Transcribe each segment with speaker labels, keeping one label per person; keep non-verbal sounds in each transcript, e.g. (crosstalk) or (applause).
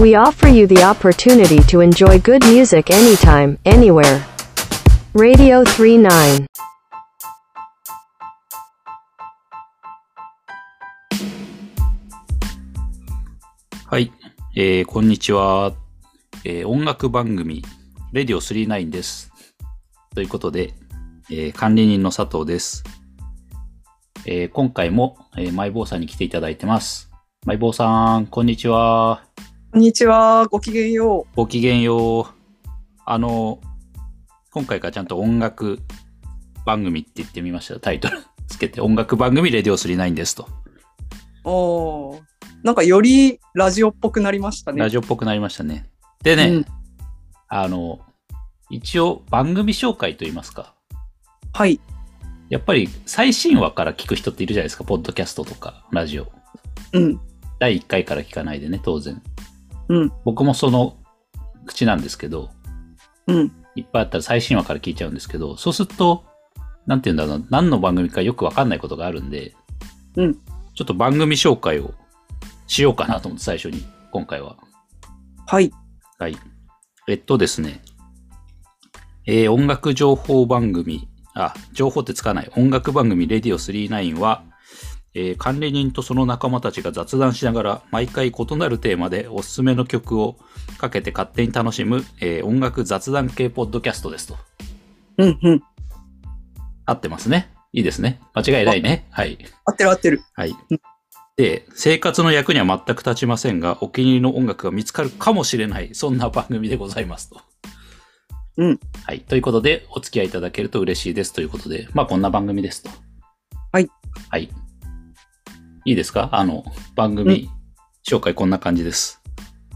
Speaker 1: We offer you the opportunity to enjoy good music anytime, anywhere. Radio 39.
Speaker 2: はい、えーこんにちは、えー音楽番組、レディオ39です。ということで、えー管理人の佐藤です。えー今回も、えー、マイボーさんに来ていただいてます。マイボーさん、こんにちは。
Speaker 3: こんにちは、ごきげんよ
Speaker 2: ごきげんよう。あの、今回からちゃんと音楽番組って言ってみました。タイトルつけて、音楽番組、レディオ39ですと。
Speaker 3: う。おーなんかよりラジオっぽくなりましたね。
Speaker 2: ラジオっぽくなりましたね。でね、
Speaker 3: うん
Speaker 2: あの、一応番組紹介といいますか、
Speaker 3: はい。
Speaker 2: やっぱり最新話から聞く人っているじゃないですか、ポッドキャストとかラジオ。
Speaker 3: うん。
Speaker 2: 第1回から聞かないでね、当然。
Speaker 3: うん
Speaker 2: 僕もその口なんですけど、
Speaker 3: うん。
Speaker 2: いっぱいあったら最新話から聞いちゃうんですけど、そうすると、なんて言うんだろうな、何の番組かよくわかんないことがあるんで、
Speaker 3: うん
Speaker 2: ちょっと番組紹介をしようかなと思って、最初に、今回は。
Speaker 3: はい。
Speaker 2: はい。えっとですね。えー音楽情報番組、あ、情報ってつかない。音楽番組レディオ39は、えー管理人とその仲間たちが雑談しながら毎回異なるテーマでおすすめの曲をかけて勝手に楽しむ、えー音楽雑談系ポッドキャストですと。
Speaker 3: うんうん。
Speaker 2: 合ってますね。いいですね。間違いないね。はい。
Speaker 3: 合ってる合ってる。
Speaker 2: はい。で、生活の役には全く立ちませんが、お気に入りの音楽が見つかるかもしれない、そんな番組でございますと。
Speaker 3: うん。
Speaker 2: はい。ということで、お付き合いいただけると嬉しいですということで、まあ、こんな番組ですと。
Speaker 3: はい。
Speaker 2: はい。いいですかあの、番組紹介こんな感じです。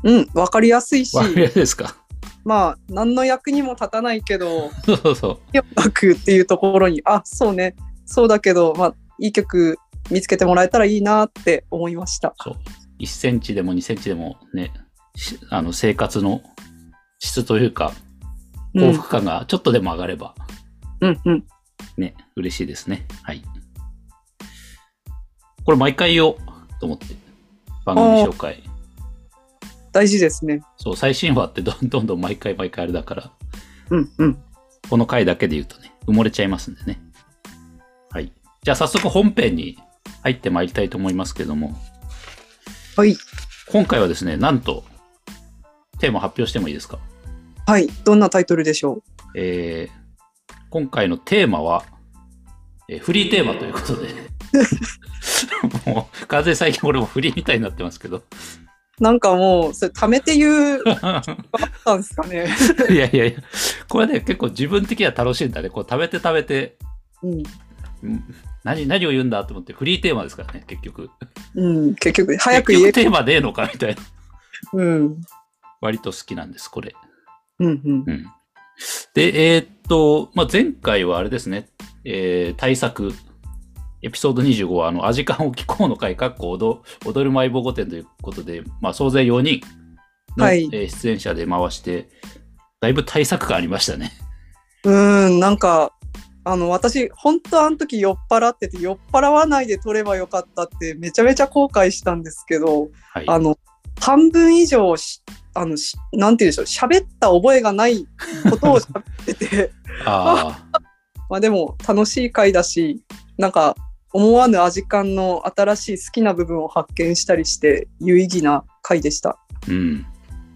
Speaker 3: うん。わかりやすいし、
Speaker 2: わかりですか
Speaker 3: まあ、何の役にも立たないけど、
Speaker 2: そうそうそう。
Speaker 3: 音楽っていうところに、あ、そうね。そうだけど、まあ、いい曲見つけてもらえたらいいなって思いました。
Speaker 2: そう。1センチでも2センチでもね、しあの、生活の質というか、
Speaker 3: う
Speaker 2: 幸
Speaker 3: ん。
Speaker 2: 福感がちょっとでも上がれば、
Speaker 3: うんうん。
Speaker 2: ね、嬉しいですね。はい。これ毎回言おうと思って、番組紹介。
Speaker 3: 大事ですね。
Speaker 2: そう、最新話ってど (laughs) んどんどん毎回毎回あれだから、
Speaker 3: うんうん。
Speaker 2: この回だけで言うとね、埋もれちゃいますんでね。はい。じゃあ早速本編に入ってまいりたいと思いますけども、
Speaker 3: はい。
Speaker 2: 今回はですね、なんと、テーマ発表してもいいですか
Speaker 3: はい。どんなタイトルでしょ
Speaker 2: えー、今回のテーマは、えーフリーテーマということで。もう、完全に最近俺もフリーみたいになってますけど。
Speaker 3: うなんかもう、それ、ためて言う、あったんですか
Speaker 2: (laughs)
Speaker 3: ね。
Speaker 2: いやいやいや、これね、結構自分的には楽しいんだね。こう、食べて食べて、
Speaker 3: うん。
Speaker 2: うん何、何を言うんだと思って、フリーテーマですからね、結局。
Speaker 3: うん、結局、早く言え
Speaker 2: 結。局テーマでええのかみたいな。
Speaker 3: うん。
Speaker 2: 割と好きなんです、これ。
Speaker 3: うんうん
Speaker 2: う。ん。で、えーっと、まあ、前回はあれですね、えー、対策。エピソード25は、あの、アジカンを聞こうの会、かっこ踊踊る舞棒御殿ということで、まあ、総勢4人の、
Speaker 3: はい
Speaker 2: えー出演者で回して、だいぶ対策がありましたね。
Speaker 3: うん、なんか、あの、私、本当あの時酔っ払ってて、酔っ払わないで撮ればよかったって、めちゃめちゃ後悔したんですけど、
Speaker 2: はい。
Speaker 3: あの、半分以上し、あの、しなんて言うんでしょう、喋った覚えがないことを喋ってて、 (laughs)
Speaker 2: あー
Speaker 3: まあでも、楽しい回だし、なんか、思わぬ味感の新しい好きな部分を発見したりして、有意義な回でした。
Speaker 2: うん。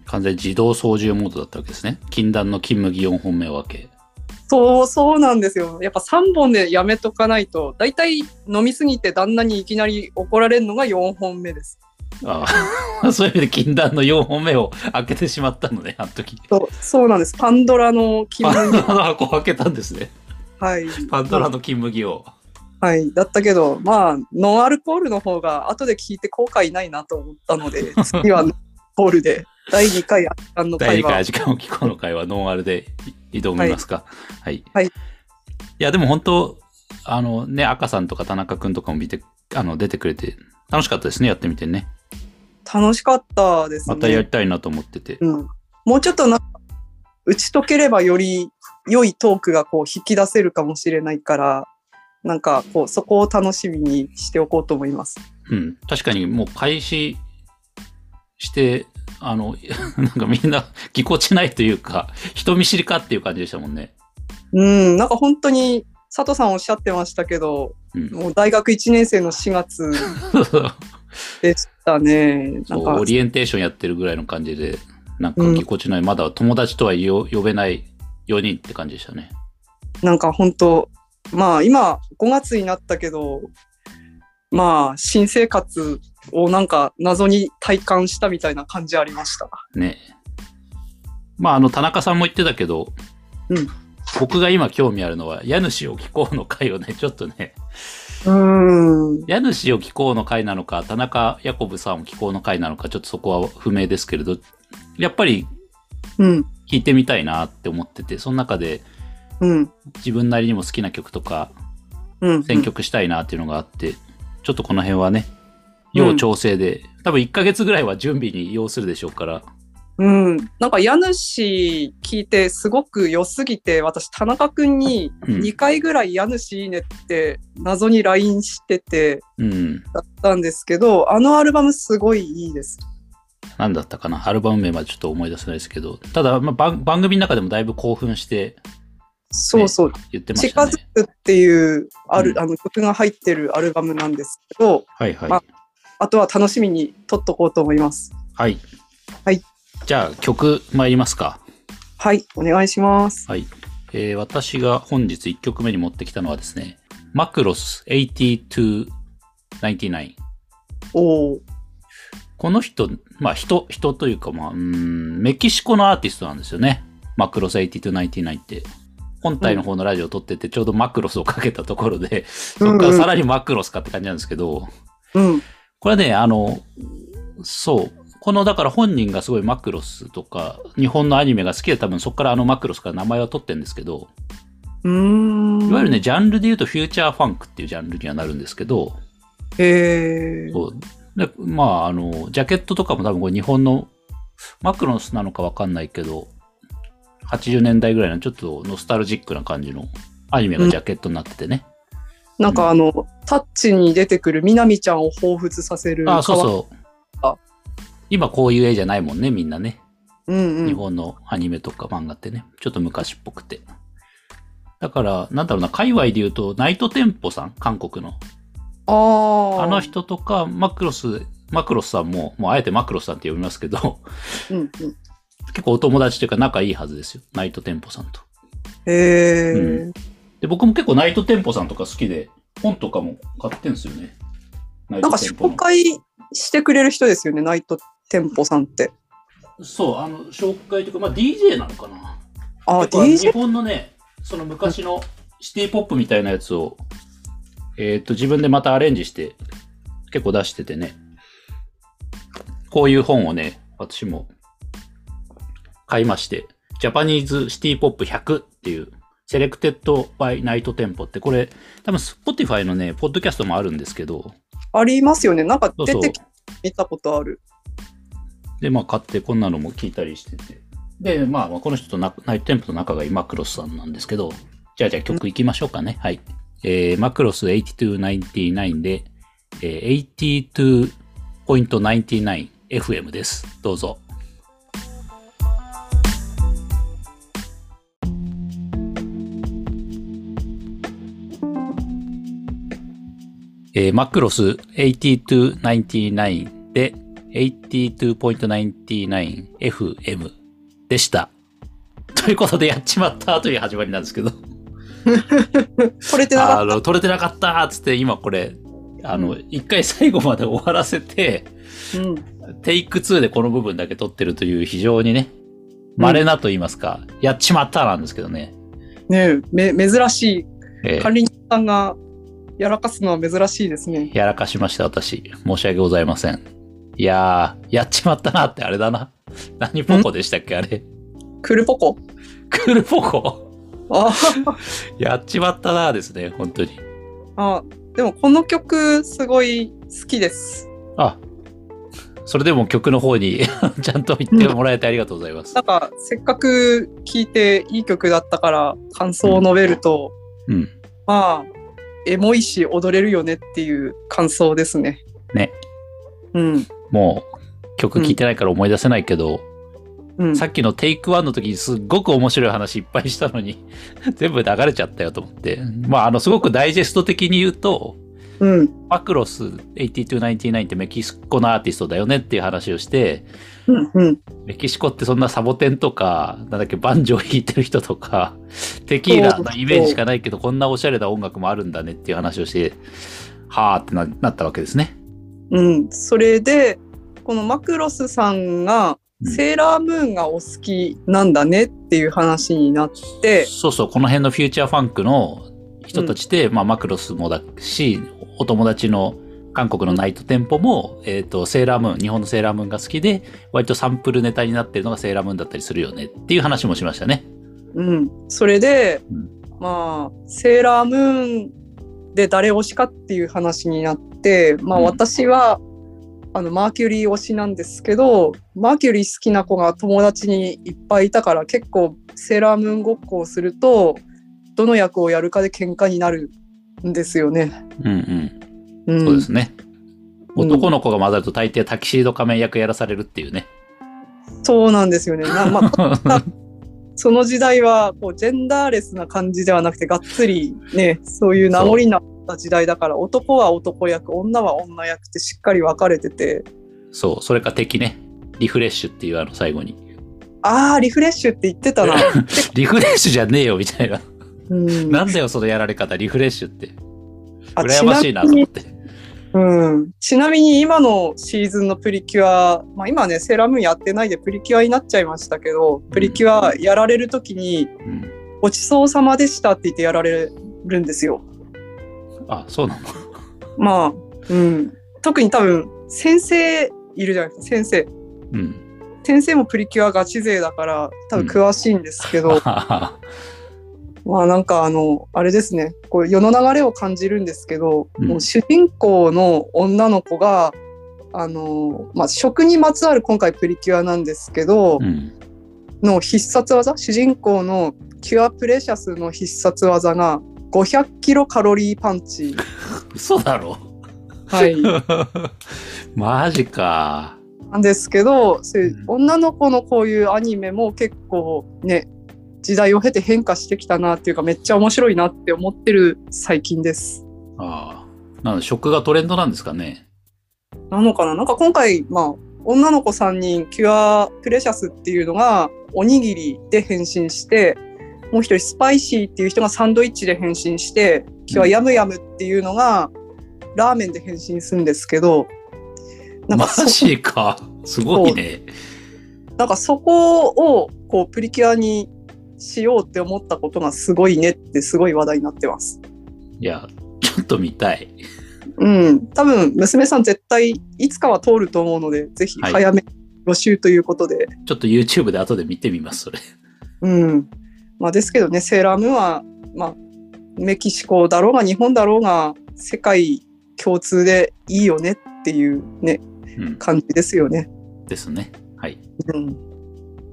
Speaker 2: 完全に自動操縦モードだったわけですね。禁断の金麦4本目分け。
Speaker 3: そう、そうなんですよ。やっぱ3本でやめとかないと、大体飲みすぎて旦那にいきなり怒られるのが4本目です。
Speaker 2: あ (laughs) あ。そういう意味で禁断の4本目を開けてしまったのね、あの時。
Speaker 3: そうそうなんです。パンドラの気
Speaker 2: パ
Speaker 3: 分
Speaker 2: ンドラの箱を開けたんですね。
Speaker 3: はい。
Speaker 2: パンドラの金麦を。
Speaker 3: はい。だったけど、まあ、ノンアルコールの方が後で聞いて後悔ないなと思ったの (laughs) で、次はノンアルコールで、第2回あの
Speaker 2: 第
Speaker 3: 会
Speaker 2: 2
Speaker 3: 話
Speaker 2: 回、。時間を聞こうの会はノンアルでい挑みますか。はい。
Speaker 3: はい
Speaker 2: いや、でも本当、あのね、赤さんとか田中くんとかも見て、あの、出てくれて、楽しかったですね、やってみてね。
Speaker 3: 楽しかったですね。
Speaker 2: またやりたいなと思ってて。
Speaker 3: うん、もうちょっとなんか打ち解ければより良いトークがこう引き出せるかもしれないからなんかこうそこを楽しみにしておこうと思います。
Speaker 2: うん、確かにもう開始してあの、 (laughs) なんかみんなぎこちないというか、人見知りかっていう感じでしたもんね。
Speaker 3: うん、なんか本当に佐藤さんおっしゃってましたけど、
Speaker 2: うん
Speaker 3: もう大学1年生の4月でした
Speaker 2: (laughs)
Speaker 3: ね。な
Speaker 2: そ
Speaker 3: ん
Speaker 2: う、
Speaker 3: か
Speaker 2: オリエンテーションやってるぐらいの感じで、なんかぎこちない、まだ友達とはよ呼べない4人って感じでしたね。
Speaker 3: なんか本当まあ今5月になったけどまあ新生活をなんか謎に体感したみたいな感じありました。
Speaker 2: ね。まあ、あの、田中さんも言ってたけど、
Speaker 3: うん
Speaker 2: 僕が今興味あるのは、家主を聞こうの回をね、ちょっとね、
Speaker 3: うーん
Speaker 2: 家主を聞こうの回なのか、田中ヤコブさんを聞こうの回なのか、ちょっとそこは不明ですけれど、やっぱり
Speaker 3: うん
Speaker 2: 聞いてみたいなって思ってて、その中で
Speaker 3: うん
Speaker 2: 自分なりにも好きな曲とか、
Speaker 3: うん
Speaker 2: 選曲したいなっていうのがあって、ちょっとこの辺はね、
Speaker 3: うん
Speaker 2: 要調整で、多分1ヶ月ぐらいは準備に要するでしょうから、
Speaker 3: うん、なんか家主聞いてすごく良すぎて私田中君に
Speaker 2: うん
Speaker 3: 2回ぐらい家主いいねって謎に LINE してて
Speaker 2: うん、
Speaker 3: だったんですけどあのアルバムすごいいいです。
Speaker 2: なんだったかな、アルバム名はちょっと思い出せないですけど、ただ、まあ、番番組の中でもだいぶ興奮して
Speaker 3: そうそう、
Speaker 2: 言ってまし
Speaker 3: 近
Speaker 2: た
Speaker 3: づ
Speaker 2: ね。
Speaker 3: くっていうある、
Speaker 2: うん
Speaker 3: あの曲が入ってるアルバムなんですけど、
Speaker 2: はいはい。
Speaker 3: まあとは楽しみに撮っとこうと思います。
Speaker 2: はい。
Speaker 3: はい。
Speaker 2: じゃあ、曲参りますか。
Speaker 3: はい、お願いします。
Speaker 2: はい。えー私が本日1曲目に持ってきたのはですね、マクロス8299。
Speaker 3: おお、
Speaker 2: この人、まあ人、人というか、まあ、うーん、メキシコのアーティストなんですよね。マクロス8299って。本体の方のラジオを撮ってて、ちょうどマクロスをかけたところで、そこからさらにマクロスかって感じなんですけど、
Speaker 3: うん、
Speaker 2: これね、あの、そう。この、だから本人がすごいマクロスとか、日本のアニメが好きで多分そこからあのマクロスから名前は取ってるんですけど、
Speaker 3: うーん、
Speaker 2: いわゆるね、ジャンルで言うとフューチャーファンクっていうジャンルにはなるんですけど、
Speaker 3: へえ、
Speaker 2: そうでまあ、あの、ジャケットとかも多分これ日本のマクロスなのかわかんないけど、80年代ぐらいのちょっとノスタルジックな感じのアニメがジャケットになっててね。
Speaker 3: なんかあのタッチに出てくるみなみちゃんを彷彿させる、
Speaker 2: あ、そう
Speaker 3: う、
Speaker 2: そう
Speaker 3: あ。
Speaker 2: 今こういう絵じゃないもんね、みんなね。
Speaker 3: うんう
Speaker 2: 日
Speaker 3: ん、
Speaker 2: 本のアニメとか漫画ってね、ちょっと昔っぽくて。だから、なんだろうな、界隈で言うと、ナイトテンポさん、韓国の。
Speaker 3: ああ、
Speaker 2: あの、人とか、マクロス、マクロスさんも、もうあえてマクロスさんって呼びますけど、 (laughs)
Speaker 3: うんうん、
Speaker 2: 結構お友達というか仲いいはずですよ。ナイトテンポさんと。
Speaker 3: へえ、
Speaker 2: うで、僕も結構ナイトテンポさんとか好きで、本とかも買ってんすよね。ナイト
Speaker 3: なんか
Speaker 2: テンポ
Speaker 3: 紹
Speaker 2: の。
Speaker 3: 介してくれる人ですよね、ナイトテンポさんって。
Speaker 2: そう、あの、紹介というか、まあ DJ なのかな。
Speaker 3: あ、
Speaker 2: 結構あの日
Speaker 3: DJ、
Speaker 2: 本のね、その昔のシティポップみたいなやつを、えーっと、自分でまたアレンジして、結構出しててね。こういう本をね、私も買いまして、ジャパニーズシティポップ100っていう、セレクテッドバイナイトテンポって、これ、多分 Spotify のね、ポッドキャストもあるんですけど、
Speaker 3: ありますよね、なんか
Speaker 2: そう
Speaker 3: 出
Speaker 2: そう
Speaker 3: てき見たことある。
Speaker 2: で、まあ買ってこんなのも聞いたりしてて。で、まあまあこの人となナイトテンプと仲がいいマクロスさんなんですけど、じゃあじゃあ曲いきましょうかね。はい。えー、マクロス8299で、えー、82.99FM です。どうぞ。えー、マクロス82.99で 82.99FM でした。ということで、やっちまったという始まりなんですけど、
Speaker 3: 取れてなか
Speaker 2: あ
Speaker 3: っ
Speaker 2: の、取れてなかったっつって、今これ、あの、一、回最後まで終わらせて、
Speaker 3: た。うん
Speaker 2: テイク2でこの部分だけ撮ってるという非常にね、稀なと言いますか、やっちまったなんですけどね。
Speaker 3: ねえめ珍し
Speaker 2: え
Speaker 3: い
Speaker 2: ー
Speaker 3: 管理人さんがやらかすのは珍しいですね。
Speaker 2: やらかしました、私。申し訳ございません。いやー、やっちまったなってあれだな。何ポコでしたっけ、あれ。
Speaker 3: クルポコ。
Speaker 2: クールポコ。
Speaker 3: あ
Speaker 2: やっちまったなですね、本当に。
Speaker 3: あでもこの曲すごい好きです。
Speaker 2: あ、それでも曲の方に (laughs) ちゃんと言ってもらえてありがとうございます
Speaker 3: なん。かせっかく聴いていい曲だったから感想を述べると、
Speaker 2: うん。
Speaker 3: まあエモいし踊れるよねっていう感想ですね。
Speaker 2: ね。
Speaker 3: うん。
Speaker 2: もう、曲聴いてないから思い出せないけど、
Speaker 3: うん、
Speaker 2: さっきのテイクワンの時にすっごく面白い話いっぱいしたのに (laughs) 全部流れちゃったよと思ってまああのすごくダイジェスト的に言うと
Speaker 3: うん、
Speaker 2: マクロス8299ってメキシコのアーティストだよねっていう話をして
Speaker 3: うん、うん。
Speaker 2: メキシコってそんなサボテンとかなんだっけバンジョー弾いてる人とか (laughs) テキーラのイメージしかないけどこんなおしゃれな音楽もあるんだねっていう話をしてはあってななったわけですね。
Speaker 3: うん、それで、このマクロスさんが、
Speaker 2: うん
Speaker 3: セーラームーンがお好きなんだねっていう話になって、
Speaker 2: そうそう、この辺のフューチャーファンクの人たちで、まあマクロスもだし、お友達の韓国のナイト店舗も、えっ、と、セーラームーン、日本のセーラームーンが好きで、割とサンプルネタになってるのがセーラームーンだったりするよねっていう話もしましたね。
Speaker 3: うん、それで、
Speaker 2: うん
Speaker 3: まあセーラームーンで誰推しかっていう話になって、まあ、
Speaker 2: うん
Speaker 3: 私は、あのマーキュリー推しなんですけどマーキュリー好きな子が友達にいっぱいいたから結構セーラームーンごっこをするとどの役をやるかで喧嘩になるんですよね。
Speaker 2: うんうん。
Speaker 3: うん、
Speaker 2: そうですね。
Speaker 3: うん
Speaker 2: 男の子が混ざると大抵タキシード仮面役やらされるっていうね。
Speaker 3: そうなんですよね。なまあ、
Speaker 2: う
Speaker 3: その時代はこうジェンダーレスな感じではなくてがっつりねそういう名残になった時代だから男は男役女は女役ってしっかり分かれてて
Speaker 2: ん (laughs) そう、それか敵ね。リフレッシュっていうあの最後に。
Speaker 3: あーリフレッシュって言ってたな、
Speaker 2: リフレッシュじゃねえよみたいな。
Speaker 3: うん、
Speaker 2: なんだよそのやられ方、リフレッシュって。
Speaker 3: あ
Speaker 2: 羨ましいなと思って。
Speaker 3: ちな,、うん、ちなみに今のシーズンのプリキュア、まあ、今ねセーラームーンやってないでプリキュアになっちゃいましたけどプリキュアやられる時に
Speaker 2: うん
Speaker 3: 「ごちそうさまでした」って言ってやられるんですよ。
Speaker 2: あ、そうなの
Speaker 3: まあ、うん、特に多分先生いるじゃないですか先生。
Speaker 2: うん。 (laughs)
Speaker 3: 先生もプリキュアガチ勢だから多分詳しいんですけ
Speaker 2: (laughs)
Speaker 3: ど、まあなんかあのあれですねこう世の流れを感じるんですけど、
Speaker 2: うん
Speaker 3: もう主人公の女の子があの、まあ、食にまつわる今回プリキュアなんですけど、
Speaker 2: うん。
Speaker 3: の必殺技主人公のキュアプレシャスの必殺技が500キロカロリーパン
Speaker 2: (laughs)
Speaker 3: チ。
Speaker 2: 嘘だろ
Speaker 3: はい
Speaker 2: マジか。
Speaker 3: なんですけどそういう女の子のこういうアニメも結構ね時代を経て変化してきたなっていうかめっちゃ面白いなって思ってる最近です。
Speaker 2: ああ。なので、食がトレンドなんですかね。
Speaker 3: なのかななんか今回まあ女の子3人キュアプレシャスっていうのがおにぎりで変身してもう一人スパイシーっていう人がサンドイッチで変身してキュアヤムヤムっていうのがラーメンで変身するんですけどなん
Speaker 2: マ
Speaker 3: かそ
Speaker 2: ジか。すごいね。
Speaker 3: なんかそこをこうプリキュアにしようって思ったことがすごいねってすごい話題になってます。
Speaker 2: いや、ちょっと見たい。
Speaker 3: うん、多分娘さん絶対いつかは通ると思うので、ぜひ
Speaker 2: はい
Speaker 3: 早め募集ということで。
Speaker 2: ちょっと YouTube で後で見てみます、それ。
Speaker 3: うん。まあですけどね、セーラームーンは、まあ、メキシコだろうが日本だろうが世界共通でいいよねっていうね、
Speaker 2: うん。
Speaker 3: 感じですよね。
Speaker 2: ですね。はい。
Speaker 3: うん。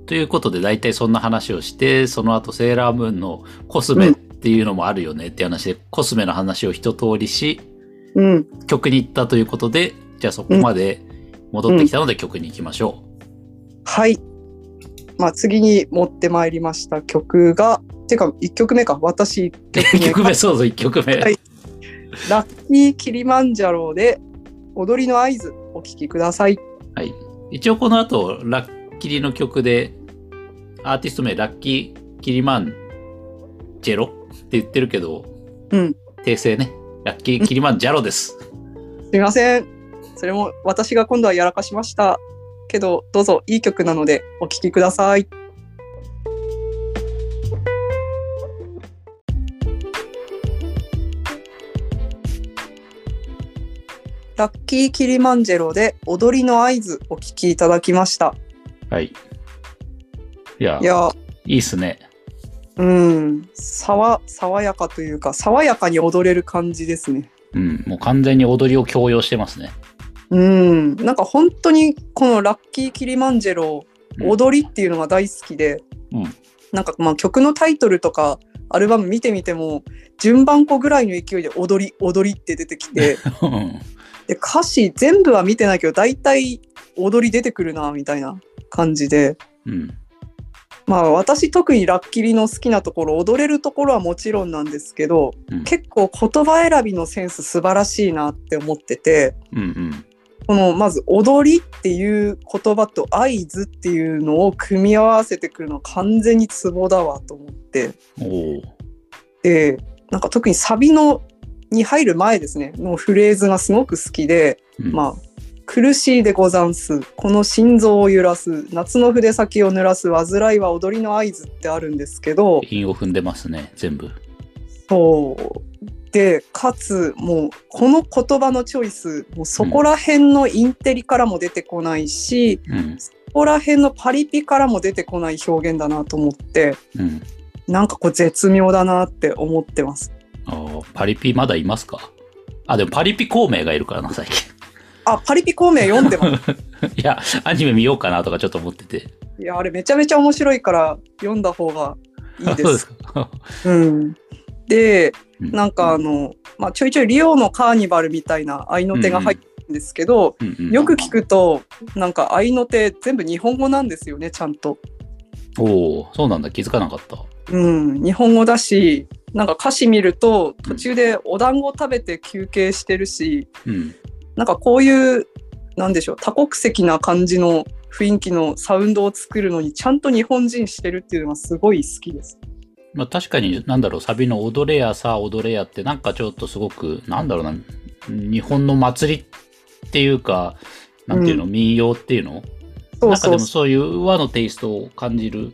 Speaker 2: ということで、大体そんな話をして、その後、セーラームーンのコスメっていうのもあるよねって話で、コスメの話を一通りし、
Speaker 3: うん。
Speaker 2: 曲に行ったということで、じゃあそこまで戻ってきたので曲に行きましょ
Speaker 3: はい。まあ次に持ってまいりました曲が、てか1曲目か、私1
Speaker 2: う。
Speaker 3: 曲目。
Speaker 2: 曲目、そうそう、1曲目。
Speaker 3: はいラッキーキリマンジャロで踊りの合図お聞きください。
Speaker 2: はい。一応この後、ラッキリの曲で、アーティスト名、ラッキー・キリマンジェロって言ってるけど、
Speaker 3: うん。
Speaker 2: 訂正ね。ラッキー・キリマンジャロです。
Speaker 3: すみません。それも私が今度はやらかしました。けど、どうぞいい曲なのでお聞きください。ラッキーキリマンジェロで踊りの合図お聞きいただきました。
Speaker 2: はい。いや、
Speaker 3: いや、
Speaker 2: いいっすね。
Speaker 3: うん、さわ爽やかというか爽やかに踊れる感じですね。
Speaker 2: うん。もう完全に踊りを強要してますね。
Speaker 3: うん、なんか本当にこのラッキーキリマンジェロ
Speaker 2: うん
Speaker 3: 踊りっていうのが大好きで、
Speaker 2: うん
Speaker 3: なんかまあ曲のタイトルとかアルバム見てみても順番子ぐらいの勢いで
Speaker 2: (laughs)
Speaker 3: 踊り踊りって出てきて
Speaker 2: うん
Speaker 3: で歌詞全部は見てないけど大体踊り出てくるなみたいな感じで
Speaker 2: うん。
Speaker 3: まあ私特にラッキリの好きなところ踊れるところはもちろんなんですけど、
Speaker 2: うん
Speaker 3: 結構言葉選びのセンス素晴らしいなって思ってて
Speaker 2: うんうん。
Speaker 3: このまず踊りっていう言葉と合図っていうのを組み合わせてくるのは完全にツボだわと思って
Speaker 2: おお。
Speaker 3: でなんか特にサビのに入る前ですねのフレーズがすごく好きで、
Speaker 2: うん、
Speaker 3: まあ苦しいでござんすこの心臓を揺らす夏の筆先を濡らす煩いは踊りの合図ってあるんですけど、
Speaker 2: 韻を踏んでますね、全部。
Speaker 3: そうでかつもうこの言葉のチョイスもうそこら辺のインテリからも出てこないし、
Speaker 2: うん。
Speaker 3: そこら辺のパリピからも出てこない表現だなと思って
Speaker 2: うん。
Speaker 3: なんかこう絶妙だなって思ってます。
Speaker 2: あーパリピまだいますかあ、でもパリピ孔明がいるからな、最近。 (laughs)
Speaker 3: あパリピ孔明読んでます
Speaker 2: いや、アニメ見ようかなとかちょっと思ってて。(laughs)
Speaker 3: いやあれめちゃめちゃ面白いから読んだ方がいい
Speaker 2: (laughs)
Speaker 3: で
Speaker 2: あそうですす。か。
Speaker 3: うん、で
Speaker 2: うん
Speaker 3: なんかあ、の、まあ、ちょいちょいリオのカーニバルみたいな合いの手が入ってるんですけど、
Speaker 2: うんうん
Speaker 3: よく聞くとなんか合いの手全部日本語なんですよねちゃんと。
Speaker 2: おお、そうなんだ、気づかなかった。
Speaker 3: うん、日本語だしなんか歌詞見ると途中でお団子食べて休憩してるし、
Speaker 2: うん。
Speaker 3: なんかこういうなんでしょう多国籍な感じの雰囲気のサウンドを作るのにちゃんと日本人してるっていうのがすごい好きです。
Speaker 2: まあ確かに、なんだろう、サビの踊れやさ、踊れやって、なんかちょっとすごく、なんだろうな、日本の祭りっていうか、なんていうの、民謡っていうの
Speaker 3: そう
Speaker 2: なんかで
Speaker 3: そう
Speaker 2: もそういう和のテイストを感じる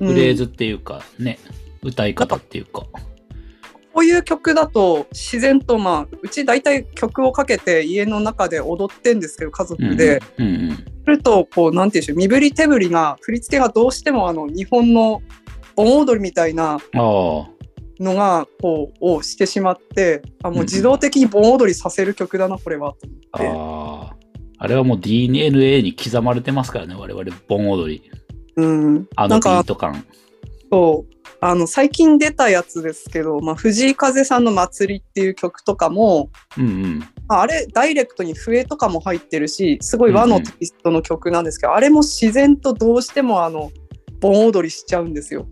Speaker 3: うん
Speaker 2: フレーズっていうか、ね、歌い方っていうか。
Speaker 3: こういう曲だと自然とまあうち大体曲をかけて家の中で踊ってんですけど
Speaker 2: う
Speaker 3: 家
Speaker 2: んう
Speaker 3: 族
Speaker 2: ん
Speaker 3: で、
Speaker 2: うんうん。
Speaker 3: するとこうなんていうんでしょう身振り手振りが振り付けがどうしてもあの日本の盆踊りみたいな
Speaker 2: ああ。
Speaker 3: のがこうをしてしまってあ
Speaker 2: うん
Speaker 3: も
Speaker 2: う
Speaker 3: うん自動的に盆踊りさせる曲だなこれはと思って、
Speaker 2: ああ。あれはもう DNA に刻まれてますからね、我々、盆踊り。
Speaker 3: うん、
Speaker 2: あの
Speaker 3: なん
Speaker 2: ビ
Speaker 3: か
Speaker 2: ート感。
Speaker 3: そうあの最近出たやつですけど、まあ、藤井風さんの「祭り」っていう曲とかも
Speaker 2: うんうん。
Speaker 3: まああれダイレクトに笛とかも入ってるしすごい和のテイストの曲なんですけど、あれも自然とどうしてもあの盆踊りしちゃうんですよ。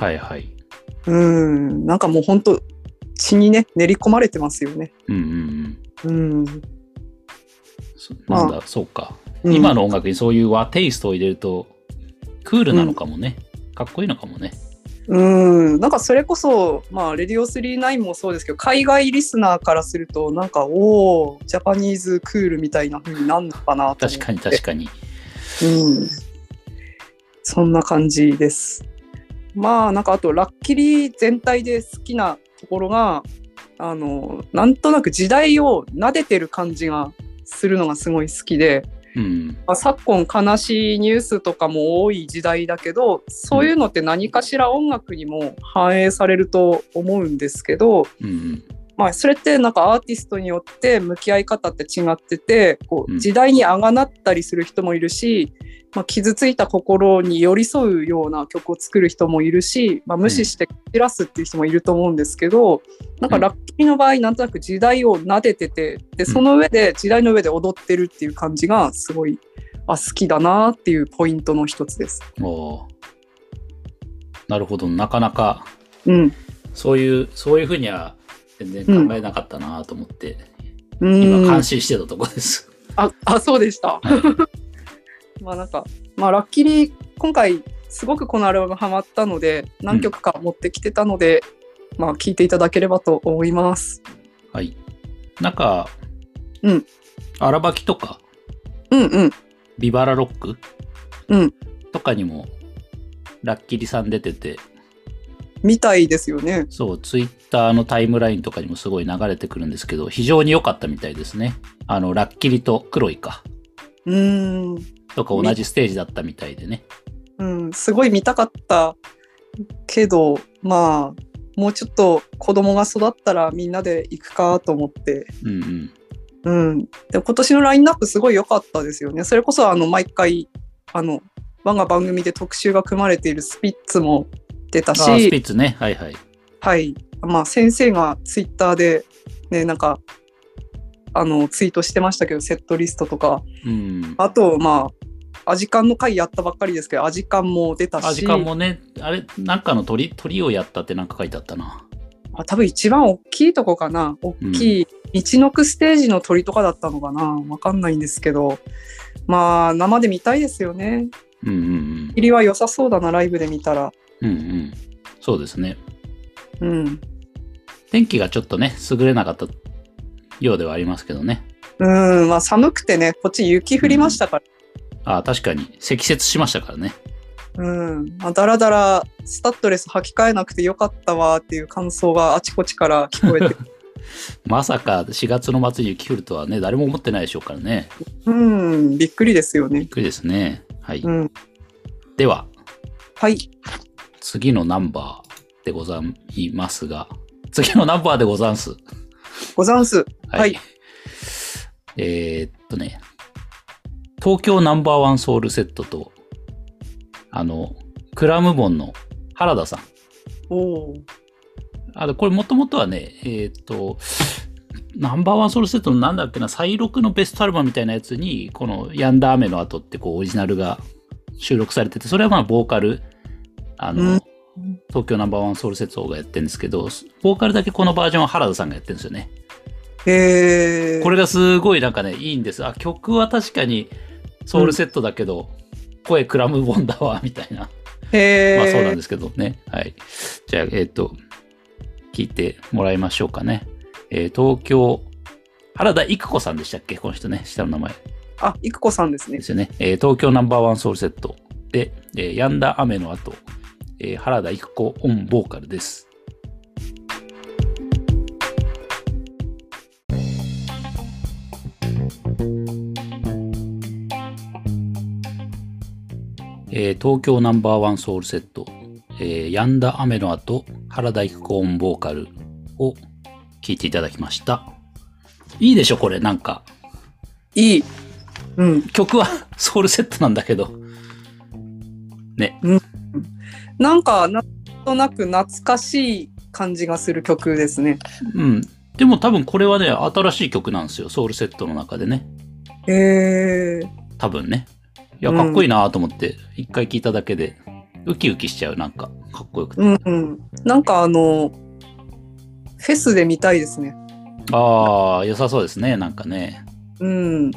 Speaker 2: はいはい。
Speaker 3: うん、なんかもう本当血にね練り込まれてますよね。
Speaker 2: うんうんうん。
Speaker 3: うん、
Speaker 2: そ
Speaker 3: ま
Speaker 2: な
Speaker 3: あ
Speaker 2: んだ、そうか。今の音楽にそういう和テイストを入れると、クールなのかもね。かっこいいのかもね。
Speaker 3: うん、なんかそれこそまあレディオ39もそうですけど海外リスナーからするとなんかおおジャパニーズクールみたいな風になるのかなと
Speaker 2: 確
Speaker 3: 思って
Speaker 2: かに確かに。
Speaker 3: うん、そんな感じです。まあなんかあとラッキリ全体で好きなところがあのなんとなく時代を撫でてる感じがするのがすごい好きで。
Speaker 2: うん。
Speaker 3: まあ、昨今悲しいニュースとかも多い時代だけどそういうのって何かしら音楽にも反映されると思うんですけど、
Speaker 2: うんうん。
Speaker 3: まあ、それってなんかアーティストによって向き合い方って違っててこ
Speaker 2: うん
Speaker 3: う時代にあがなったりする人もいるし、まあ、傷ついた心に寄り添うような曲を作る人もいるし、まあ、無視して散らすっていう人もいると思うんですけどなんかラッキーの場合なんとなく時代を撫でててでその上で時代の上で踊ってるっていう感じがすごいあ好きだなっていうポイントの一つです。
Speaker 2: おーなるほど。なかなか、
Speaker 3: うん
Speaker 2: そういう、そういうふうには全然考えなかったなと思って、
Speaker 3: うん
Speaker 2: 今感心してたとこです。
Speaker 3: あ、あ、そうでした。まあなんか、まあラッキリ今回すごくこのアルバムハマったので、何曲か持ってきてたので、まあ聴いていただければと思います。
Speaker 2: はい。なんか、
Speaker 3: うん。
Speaker 2: 荒ばきとか、
Speaker 3: うんうん。
Speaker 2: ビバラロック
Speaker 3: うん。
Speaker 2: とかにも、ラッキリさん出てて、
Speaker 3: みたいですよね。
Speaker 2: そう、ツイッターのタイムラインとかにもすごい流れてくるんですけど、非常に良かったみたいですね。あの、ラッキリと黒いか、
Speaker 3: うーん。
Speaker 2: とか同じステージだったみたいでね。
Speaker 3: うん、すごい見たかったけど、まあ、もうちょっと子供が育ったらみんなで行くかと思って。
Speaker 2: うんうん。
Speaker 3: うん。でも今年のラインナップすごい良かったですよね。それこそあの毎回あの我が番組で特集が組まれているスピッツも出た
Speaker 2: あー、スピ
Speaker 3: し、
Speaker 2: ッツね。はいはい。
Speaker 3: はい。まあ先生がツイッターでねなんかあのツイートしてましたけどセットリストとか
Speaker 2: うん。
Speaker 3: あとまあアジカンの回やったばっかりですけどアジカンも出たし
Speaker 2: あ、時間もね、あれ、なんかの鳥、鳥をやったってなんか書いてあったな。
Speaker 3: あ多分一番大きいとこかな大きい道のくステージの鳥とかだったのかなわかんないんですけどまあ生で見たいですよね
Speaker 2: うんうん
Speaker 3: 入りは良さそうだなライブで見たら
Speaker 2: うん。うんうん。そうですね。
Speaker 3: うん
Speaker 2: 天気がちょっとね、優れなかったようではありますけどね。
Speaker 3: うんまあ寒くてねこっち雪降りましたから
Speaker 2: あ、確かに、積雪しましたからね。
Speaker 3: うん、まあ、だらだらスタッドレス履き替えなくてよかったわっていう感想があちこちから聞こ
Speaker 2: (laughs)
Speaker 3: えて
Speaker 2: まさか4月の末に雪降るとはね、誰も思ってないでしょうからね。
Speaker 3: うんびっくりですよ
Speaker 2: び
Speaker 3: ね
Speaker 2: っくりですね。はい。
Speaker 3: うん
Speaker 2: では、
Speaker 3: はい
Speaker 2: 次のナンバーでございますが、次のナンバーでござんす。
Speaker 3: ござんす
Speaker 2: はい。
Speaker 3: はい
Speaker 2: えーっとね、東京ナンバーワンソウルセットと、あの、クラムボンの原田さん。
Speaker 3: おおー
Speaker 2: あのこれもともとはね、えーっと、ナンバーワンソウルセットのなんだっけな、再録のベストアルバムみたいなやつに、このヤンダ雨の後ってこうオリジナルが収録されてて、それはまあボーカル、あの、
Speaker 3: うん
Speaker 2: 東京ナンバーワンソウルセットがやってるんですけど、ボーカルだけこのバージョンは原田さんがやってるんですよね。
Speaker 3: へえ
Speaker 2: これがすごいなんかね、いいんです。あ、曲は確かにソウルセットだけど、声クラムボンだわ、みたいな。
Speaker 3: へえ
Speaker 2: まあそうなんですけどね。はい。じゃあ、えっ、と、聞いてもらいましょうかね。えー東京、原田育子さんでしたっけこの人ね。下の名前
Speaker 3: あいくこさんですね
Speaker 2: ですよね。えー東京ナンバーワンソウルセットで、えー、止んだ雨の後、えー原田育子オンボーカルです。えー東京ナンバーワンソウルセット、えー、止んだ雨の後、原田育子オンボーカルを聞いていただきました。いいでしょ、これ、なんか。
Speaker 3: いいうん
Speaker 2: 曲は (laughs) ソウルセットなんだけど。
Speaker 3: なんかなんとなく懐かしい感じがする曲ですね
Speaker 2: うん。でも多分これはね、新しい曲なんですよ。ソウルセットの中でね。
Speaker 3: へえ
Speaker 2: 多分ね。いや、
Speaker 3: うん
Speaker 2: かっこいいなと思って、一回聞いただけで、ウキウキしちゃう、なんか。かっこよくて。
Speaker 3: うんうんなんかあのフェスで見たいですね
Speaker 2: ああ、良さそうですね、なんかね。
Speaker 3: うん、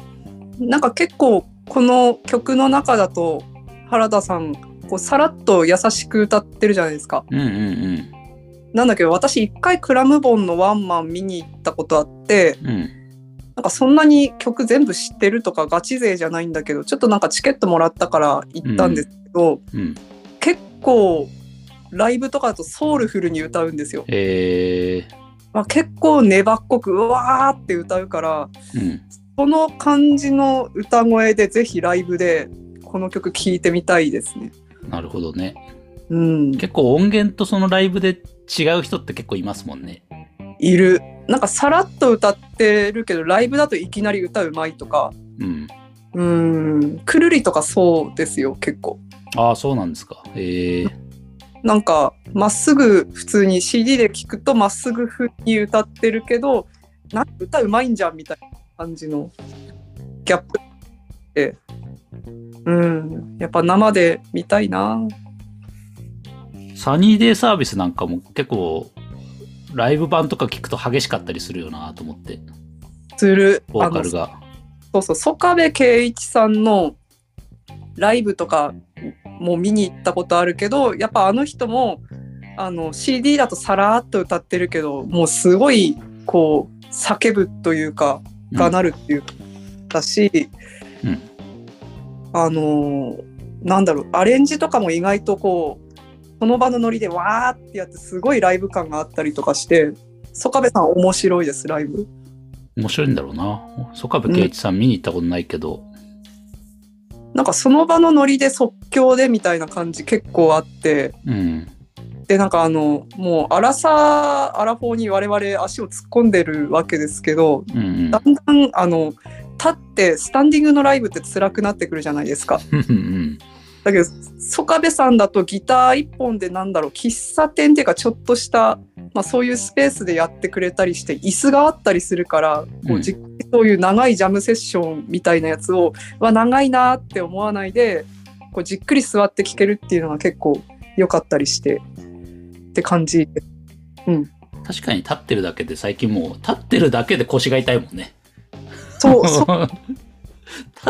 Speaker 3: なんか結構この曲の中だと原田さんこうさらっと優しく歌ってるじゃないですか。
Speaker 2: うんうん
Speaker 3: なんだけど私一回クラムボンのワンマン見に行ったことあって
Speaker 2: うん。うん。
Speaker 3: なんかそんなに曲全部知ってるとかガチ勢じゃないんだけどちょっとなんかチケットもらったから行ったんですけど、
Speaker 2: うん。
Speaker 3: 結構ライブとかだとソウルフルに歌うんですよ。
Speaker 2: え
Speaker 3: まあ、結構粘っこくうわーって歌うから
Speaker 2: ー、うん。
Speaker 3: この感じの歌声でぜひライブでこの曲聴いてみたいですね。
Speaker 2: なるほどね。
Speaker 3: うん、
Speaker 2: 結構音源とそのライブで違う人って結構いますもんね。
Speaker 3: いる。なんかさらっと歌ってるけどライブだといきなり歌うまいとか、
Speaker 2: うん。
Speaker 3: うん、くるりとかそうですよ結構。
Speaker 2: ああ、そうなんですか。ええー。
Speaker 3: なんかまっすぐ普通に CD で聴くとまっすぐ風に歌ってるけどなんか歌うまいんじゃんみたいな感じのギャップって、うん、やっぱ生で見たいな。
Speaker 2: サニーデイサービスなんかも結構ライブ版とか聞くと激しかったりするよなと思って
Speaker 3: する
Speaker 2: ボーカル
Speaker 3: あの
Speaker 2: が
Speaker 3: そうそう、曽我部圭一さんのライブとかも見に行ったことあるけど、やっぱあの人もあの CD だとさらっと歌ってるけど、もうすごいこう叫ぶというか、
Speaker 2: うん
Speaker 3: がなるっていうかだし、
Speaker 2: うん
Speaker 3: あのーなんだろう、アレンジとかも意外とこう、その場のノリでわーってやってすごいライブ感があったりとかして、曽我部さん面白いです、ライブ。
Speaker 2: 面白いんだろうな曽我部圭一さん見に行ったことないけど、
Speaker 3: なんかその場のノリで即興でみたいな感じ結構あって
Speaker 2: うん
Speaker 3: でなんかあのもうアラサーアラフォーに我々足を突っ込んでるわけですけど
Speaker 2: うんうん
Speaker 3: だんだんあの立ってスタンディングのライブって辛くなってくるじゃないですか
Speaker 2: うんうん
Speaker 3: だけど曽我部さんだとギター1本でなんだろう喫茶店っていうかちょっとした、まあ、そういうスペースでやってくれたりして椅子があったりするからこ
Speaker 2: うん
Speaker 3: うじっくりそういう長いジャムセッションみたいなやつを、は長いなーって思わないで、こうじっくり座って聞けるっていうのが結構良かったりして、って感じ。
Speaker 2: 確かに立ってるだけで最近もう立ってるだけで腰が痛いもんね。 (laughs)
Speaker 3: そう、そう、
Speaker 2: 立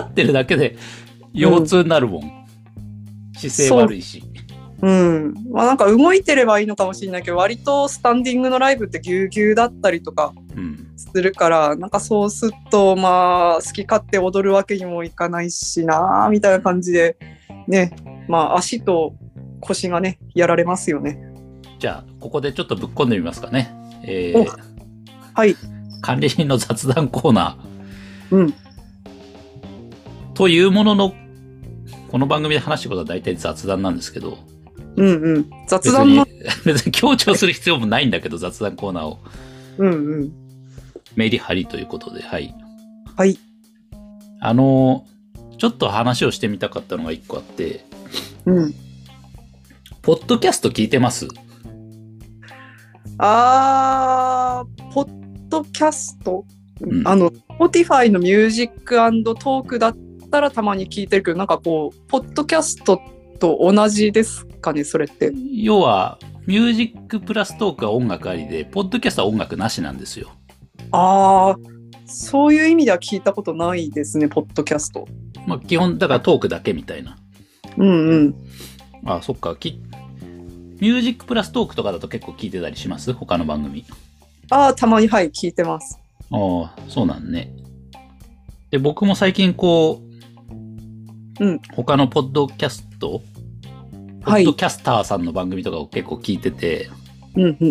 Speaker 2: ってるだけで腰痛になるもん。姿勢悪いし。
Speaker 3: うん。まあなんか動いてればいいのかもしれないけど、割とスタンディングのライブってぎゅうぎゅうだったりとか、
Speaker 2: うん。
Speaker 3: するからなんかそうすっとまあ好き勝手踊るわけにもいかないしなあみたいな感じでねまあ足と腰がねやられますよね
Speaker 2: じゃあ、ここでちょっとぶっ込んでみますかね。えー
Speaker 3: おはい
Speaker 2: 管理人の雑談コーナ
Speaker 3: うん
Speaker 2: ーというものの、この番組で話したことは大体雑談なんですけど、
Speaker 3: うんうん雑
Speaker 2: 別
Speaker 3: 談
Speaker 2: に
Speaker 3: の、
Speaker 2: (laughs) 別に強調する必要もないんだけど、雑談コーナーを
Speaker 3: うんうん
Speaker 2: メリハリということで、はい。
Speaker 3: はい
Speaker 2: あのー、ちょっと話をしてみたかったのが一個あって、
Speaker 3: うん
Speaker 2: ポッドキャスト聞いてます
Speaker 3: あーポッドキャスト、
Speaker 2: うん
Speaker 3: あの Spotify のミュージックトークだったらたまに聞いてるけどなんかこうポッドキャストと同じですかねそれって
Speaker 2: 要は、ミュージックプラストークは音楽ありで、ポッドキャストは音楽なしなんですよ。
Speaker 3: ああ、そういう意味では聞いたことないですね、ポッドキャスト。
Speaker 2: まあ、基本、だからトークだけみたいな。
Speaker 3: うんうん。
Speaker 2: あそっか。きミュージックプラストークとかだと結構聞いてたりします他の番組。
Speaker 3: ああ、たまにはい、聞いてます。
Speaker 2: ああ、そうなんね。で、僕も最近こう、
Speaker 3: うん
Speaker 2: 他のポッドキャスト、ポ
Speaker 3: は
Speaker 2: ッ
Speaker 3: い
Speaker 2: ドキャスターさんの番組とかを結構聞いてて、
Speaker 3: うんう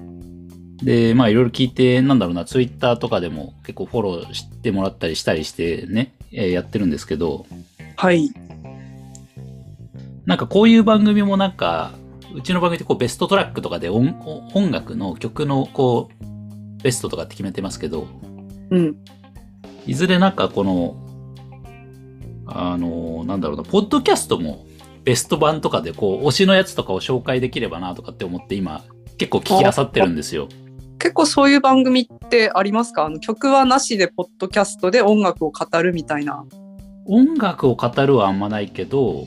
Speaker 3: ん。
Speaker 2: で、まあいろいろ聞いて、なんだろうな、ツイッターとかでも結構フォローしてもらったりしたりしてね、えーやってるんですけど、
Speaker 3: はい。
Speaker 2: なんかこういう番組もなんか、うちの番組ってこうベストトラックとかで音音楽の曲のこう、ベストとかって決めてますけど、
Speaker 3: うん。
Speaker 2: いずれなんかこの、あの、なんだろうな、ポッドキャストもベスト版とかでこう、推しのやつとかを紹介できればなとかって思って今、結構聞きあさってるんですよ。
Speaker 3: 結構そういう番組ってありますかあの曲はなしでポッドキャストで音楽を語るみたいな。
Speaker 2: 音楽を語るはあんまないけど、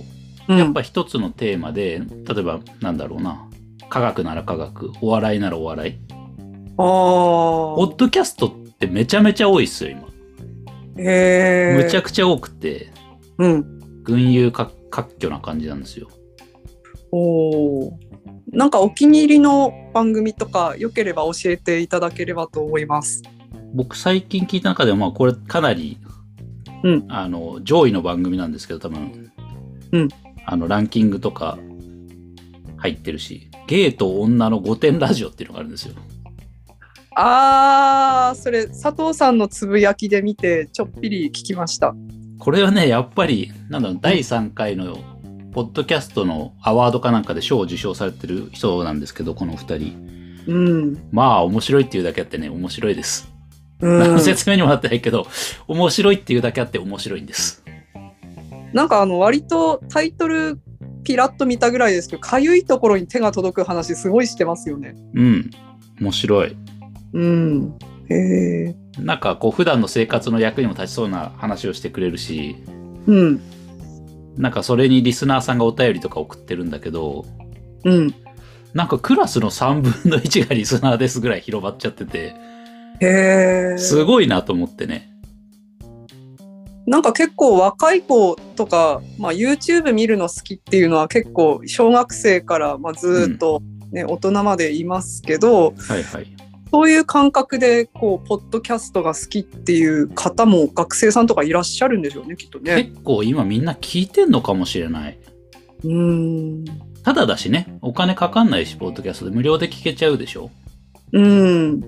Speaker 3: うん、
Speaker 2: やっぱ一つのテーマで、例えばなんだろうな、科学なら科学、お笑いならお笑い。
Speaker 3: あ
Speaker 2: ポッ
Speaker 3: あ。
Speaker 2: ドキャストってめちゃめちゃ多いっすよ、今。
Speaker 3: へえ。
Speaker 2: むちゃくちゃ多くて、
Speaker 3: うん。
Speaker 2: 群雄割拠な感じなんですよ。
Speaker 3: おお。なんかお気に入りの番組とか良ければ教えていただければと思います。
Speaker 2: 僕最近聞いた中ではまあこれかなり、
Speaker 3: うん
Speaker 2: あの上位の番組なんですけど多分、
Speaker 3: うん
Speaker 2: あのランキングとか入ってるし「ゲイと女の御殿ラジオ」っていうのがあるんですよ
Speaker 3: ああ、それ佐藤さんのつぶやきで見てちょっぴり聞きました。
Speaker 2: これはねやっぱりなんだろう第3回のポッドキャストのアワードかなんかで賞を受賞されてる人なんですけどこの2人
Speaker 3: うん。
Speaker 2: まあ面白いっていうだけあってね面白いです、
Speaker 3: うん
Speaker 2: (laughs) 説明にもなってないけど面白いっていうだけあって面白いんです
Speaker 3: なんかあの割とタイトルピラッと見たぐらいですけど、かゆいところに手が届く話すごいしてますよね。
Speaker 2: うん面白い
Speaker 3: うん。へえ。
Speaker 2: なんかこう普段の生活の役にも立ちそうな話をしてくれるし、
Speaker 3: うん。
Speaker 2: なんかそれにリスナーさんがお便りとか送ってるんだけど、
Speaker 3: うん。
Speaker 2: なんかクラスの3分の1がリスナーですぐらい広まっちゃってて、
Speaker 3: へえ。
Speaker 2: すごいなと思ってね。
Speaker 3: なんか結構若い子とか、まあ、YouTube 見るの好きっていうのは結構小学生からまあずっと、ね大人までいますけど
Speaker 2: はいはい。
Speaker 3: そういう感覚でこうポッドキャストが好きっていう方も学生さんとかいらっしゃるんでしょうねきっとね。
Speaker 2: 結構今みんな聞いてんのかもしれない。
Speaker 3: うん
Speaker 2: ただだしね、お金かかんないし、ポッドキャストで無料で聞けちゃうでしょ。
Speaker 3: うん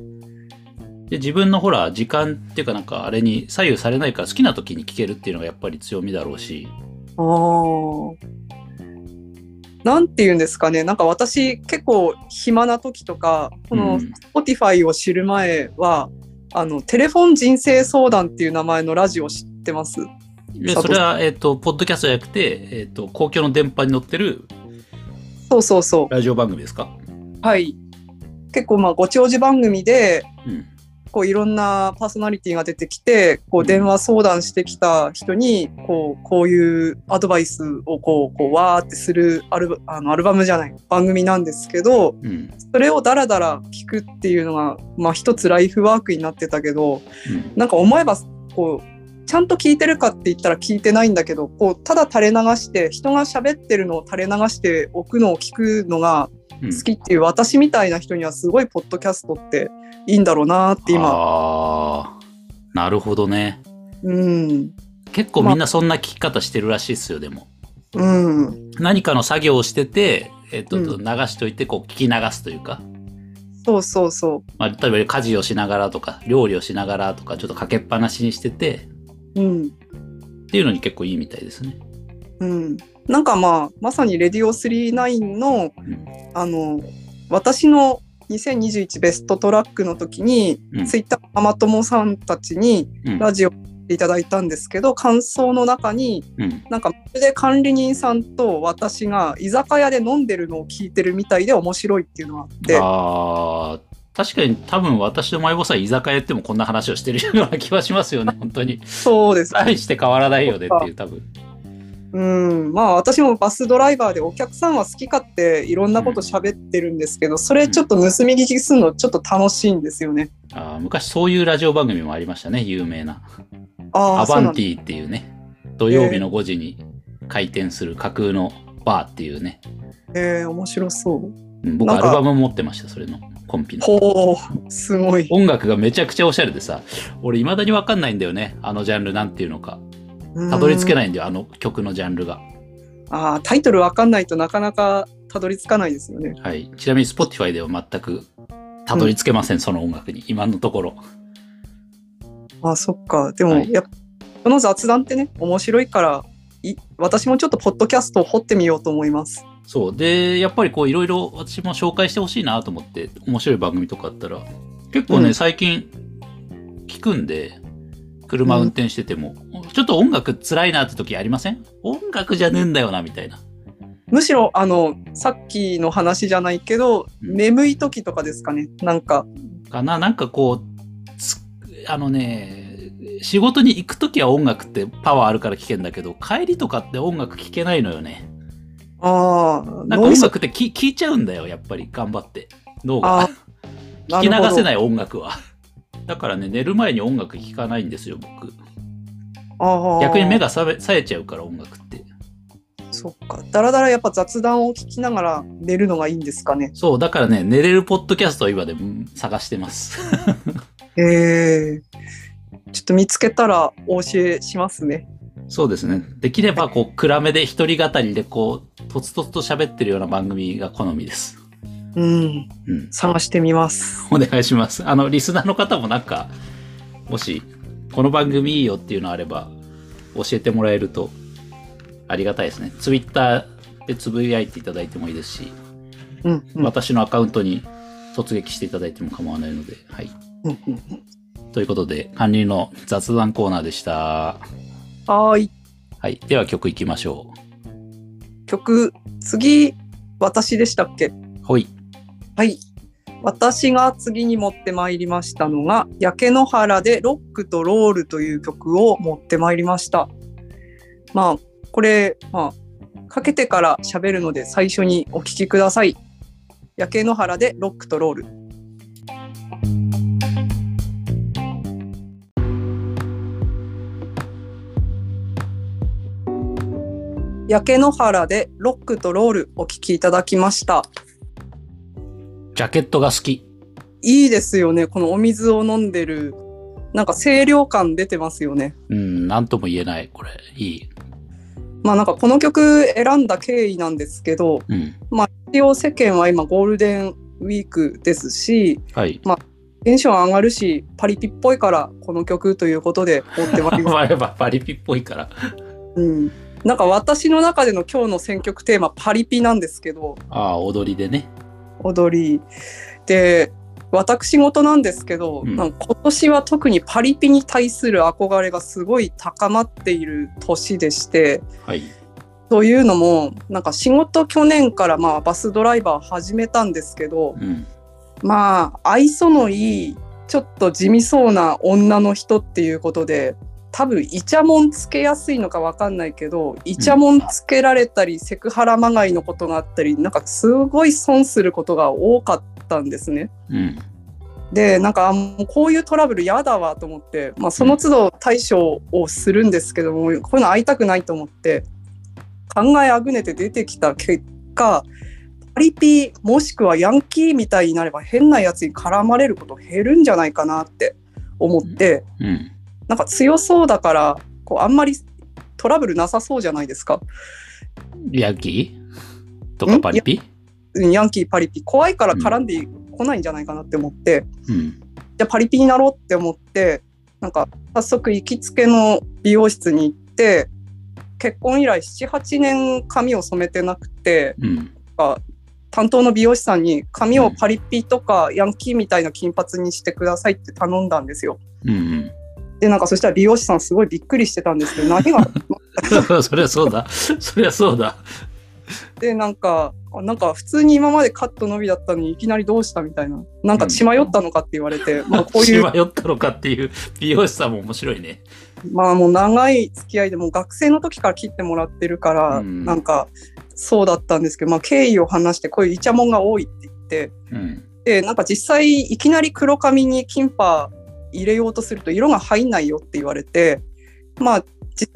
Speaker 2: で、自分のほら、時間っていうかなんかあれに左右されないから好きな時に聞けるっていうのがやっぱり強みだろうし。
Speaker 3: ああ。なんて言うんですかね。なんか私結構暇な時とか、
Speaker 2: う
Speaker 3: この
Speaker 2: ん
Speaker 3: Spotify を知る前は、あの、テレフォン人生相談っていう名前のラジオ知ってます。
Speaker 2: でそれは、えっ、と、ポッドキャストじゃなくて、えっ、と、公共の電波に乗ってる
Speaker 3: そうそうそ
Speaker 2: ラジオ番組ですか
Speaker 3: う。はい。結構まあご長寿番組で、
Speaker 2: うん。
Speaker 3: 構いろんなパーソナリティが出てきてこう電話相談してきた人にこうこういうアドバイスをこうこうわーってするアルバあのアルバムじゃない番組なんですけど
Speaker 2: うんうん
Speaker 3: それをダラダラ聞くっていうのが、まあ、一つライフワークになってたけどなんか思えばこうちゃんと聞いてるかって言ったら聞いてないんだけどこうただ垂れ流して人が喋ってるのを垂れ流しておくのを聞くのが
Speaker 2: うん
Speaker 3: 好きっていう私みたいな人にはすごいポッドキャストっていいんだろうなって今、
Speaker 2: あーなるほどね
Speaker 3: うん
Speaker 2: 結構みんなそんな聞き方してるらしいっすよでも
Speaker 3: うん、
Speaker 2: 何かの作業をしてて、えっと
Speaker 3: うん
Speaker 2: 流しといてこう聞き流すというか、
Speaker 3: そうそうそ
Speaker 2: まあ、例えば家事をしながらとか料理をしながらとかちょっとかけっぱなしにしてて
Speaker 3: う、うん
Speaker 2: っていうのに結構いいみたいですね。
Speaker 3: うん、なんかまあまさに「レディオ39の」
Speaker 2: ん
Speaker 3: あの私の2021ベストトラックの時に、
Speaker 2: うん
Speaker 3: ツイッターのママ友さんたちに
Speaker 2: うん
Speaker 3: ラジオをいただいたんですけど感想の中に
Speaker 2: うん、
Speaker 3: なんかまるで管理人さんと私が居酒屋で飲んでるのを聞いてるみたいで面白いっていうのがあって
Speaker 2: あー確かに多分私と前坊さん居酒屋行ってもこんな話をしてるような気はします
Speaker 3: (laughs)
Speaker 2: よね本当に。
Speaker 3: そうです、
Speaker 2: 大して変わらないよねっていう多分。
Speaker 3: うん、まあ私もバスドライバーでお客さんは好き勝手いろんなこと喋ってるんですけどそれちょっと盗み聞きするのちょっと楽しいんですよね。
Speaker 2: あー昔そういうラジオ番組もありましたね有名な。
Speaker 3: あ
Speaker 2: ア
Speaker 3: あそ
Speaker 2: バ
Speaker 3: うな
Speaker 2: ン
Speaker 3: ん
Speaker 2: テ
Speaker 3: だ
Speaker 2: ィっていうね土曜日の5時に開店する架空のバーっていうね、
Speaker 3: えー、面白そう。
Speaker 2: うん僕
Speaker 3: な
Speaker 2: ア
Speaker 3: ん
Speaker 2: ル
Speaker 3: か
Speaker 2: バム持ってましたそれのコンピの。
Speaker 3: ほうすごい。
Speaker 2: 音楽がめちゃくちゃおしゃれでさ俺未だに分かんないんだよねあのジャンルなんていうのかたどり着け
Speaker 3: い。
Speaker 2: ないんだよあの曲のジャンルが、
Speaker 3: ああタイトルわかんないとなかなかたどり着かないですよね。
Speaker 2: はい、ちなみに Spotify では全くたどり着けません、その音楽に今のところ
Speaker 3: あーそっかでも、
Speaker 2: はい
Speaker 3: やっぱこの雑談ってね面白いからい私もちょっとポッドキャストを掘ってみようと思います。
Speaker 2: そうでやっぱりこういろいろ私も紹介してほしいなと思って面白い番組とかあったら結構ね、
Speaker 3: うん
Speaker 2: 最近聞くんで車運転してても、ちょっと音楽つらいなって時ありません音楽じゃねえんだよなみたいな
Speaker 3: むしろあのさっきの話じゃないけど、
Speaker 2: うん
Speaker 3: 眠い時とかですかねなんか
Speaker 2: かななんかこうつあのね仕事に行く時は音楽ってパワーあるから聞けんだけど帰りとかって音楽聞けないのよね
Speaker 3: あ
Speaker 2: な
Speaker 3: あ
Speaker 2: んか
Speaker 3: 脳み
Speaker 2: 音
Speaker 3: そ
Speaker 2: 楽ってき聞いちゃうんだよやっぱり頑張って脳
Speaker 3: あ
Speaker 2: が聞き流せ
Speaker 3: い。
Speaker 2: ない音楽はだからね寝る前に音楽聞かないんですよ僕
Speaker 3: あー
Speaker 2: 逆に目が覚め冴えちゃうから音楽って
Speaker 3: そっかだらだらやっぱ雑談を聞きながら寝るのがいいんですかね。
Speaker 2: そうだからね寝れるポッドキャストを今でも探してます (laughs)
Speaker 3: えー、ちょっと見つけたらお教えしますね。
Speaker 2: そうですねできればこう暗めで一人語りでこうとつとつと喋ってるような番組が好みです
Speaker 3: うん、
Speaker 2: うん
Speaker 3: 探してみます。
Speaker 2: お願いします。あの、リスナーの方もなんか、もし、この番組いいよっていうのあれば、教えてもらえると、ありがたいですね。ツイッターでつぶやいていただいてもいいですし、
Speaker 3: うん、うん、
Speaker 2: 私のアカウントに突撃していただいても構わないので、はい。
Speaker 3: うんうん
Speaker 2: ということで、管理人の雑談コーナーでした。
Speaker 3: はーい、
Speaker 2: はい。では曲いきましょ
Speaker 3: 曲、次、私でしたっけ
Speaker 2: う。ほい。
Speaker 3: はい。私が次に持ってまいりましたのが、焼け野原でロックとロールという曲を持ってまいりました。まあ、これ、まあ、かけてから喋るので最初にお聴きください。焼け野原でロックとロール。焼け野原でロックとロールお聴きいただきました。
Speaker 2: ジャケットが好き。
Speaker 3: いいですよね。このお水を飲んでる。なんか清涼感出てますよね。
Speaker 2: うん、なんとも言えない。これ、いい。
Speaker 3: まあなんかこの曲選んだ経緯なんですけど、
Speaker 2: うん。
Speaker 3: 一応世間は今ゴールデンウィークですし、
Speaker 2: はい。
Speaker 3: テンション上がるし、パリピっぽいからこの曲ということで追ってまい
Speaker 2: (laughs)
Speaker 3: ります。
Speaker 2: あればパリピっぽいから。
Speaker 3: うん。なんか私の中での今日の選曲テーマパリピなんですけど、
Speaker 2: ああ、踊りでね。
Speaker 3: 踊りで私事なんですけど、
Speaker 2: うん
Speaker 3: なんか今年は特にパリピに対する憧れがすごい高まっている年でして
Speaker 2: はい。
Speaker 3: というのもなんか仕事去年からまあバスドライバー始めたんですけど
Speaker 2: うん。
Speaker 3: まあ愛想のいいちょっと地味そうな女の人っていうことで多分イチャモンつけやすいのかわかんないけどイチャモンつけられたり、セクハラまがいのことがあったりなんかすごい損することが多かったんですね。
Speaker 2: うん。
Speaker 3: でなんかあもうこういうトラブル嫌だわと思って、まあ、その都度対処をするんですけども、こういうの会いたくないと思って考えあぐねて出てきた結果パリピもしくはヤンキーみたいになれば変なやつに絡まれること減るんじゃないかなって思って、
Speaker 2: うん。
Speaker 3: なんか強そうだからこうあんまりトラブルなさそうじゃないですか
Speaker 2: ヤンキーとか
Speaker 3: ん
Speaker 2: パリピ
Speaker 3: うんヤンキーパリピ怖いから絡んでこないんじゃないかなって思って。
Speaker 2: うん。
Speaker 3: じゃあパリピになろうって思ってなんか早速行きつけの美容室に行って結婚以来78年髪を染めてなくて
Speaker 2: うん。
Speaker 3: なんか担当の美容師さんに髪をパリピとかヤンキーみたいな金髪にしてくださいって頼んだんですよ。
Speaker 2: うん。 (laughs)
Speaker 3: でなんかそしたら美容師さんすごいびっくりしてたん (laughs) ですけど何が
Speaker 2: うんそりゃそうだ。そりゃそうだ。
Speaker 3: でなんかあなんか普通に今までカットのみだったのにいきなりどうしたみたいななんか血迷ったのかって言われて、まあこう
Speaker 2: 血
Speaker 3: いう
Speaker 2: 迷ったのかっていう美容師さんも面白いね。
Speaker 3: まあもう長い付き合いでもう学生の時から切ってもらってるから、
Speaker 2: うん
Speaker 3: なんかそうだったんですけど、まあ、経緯を話してこういうイチャモンが多いって言って
Speaker 2: うん。
Speaker 3: でなんか実際いきなり黒髪にキンパ入れようとすると色が入んないよって言われてまあ実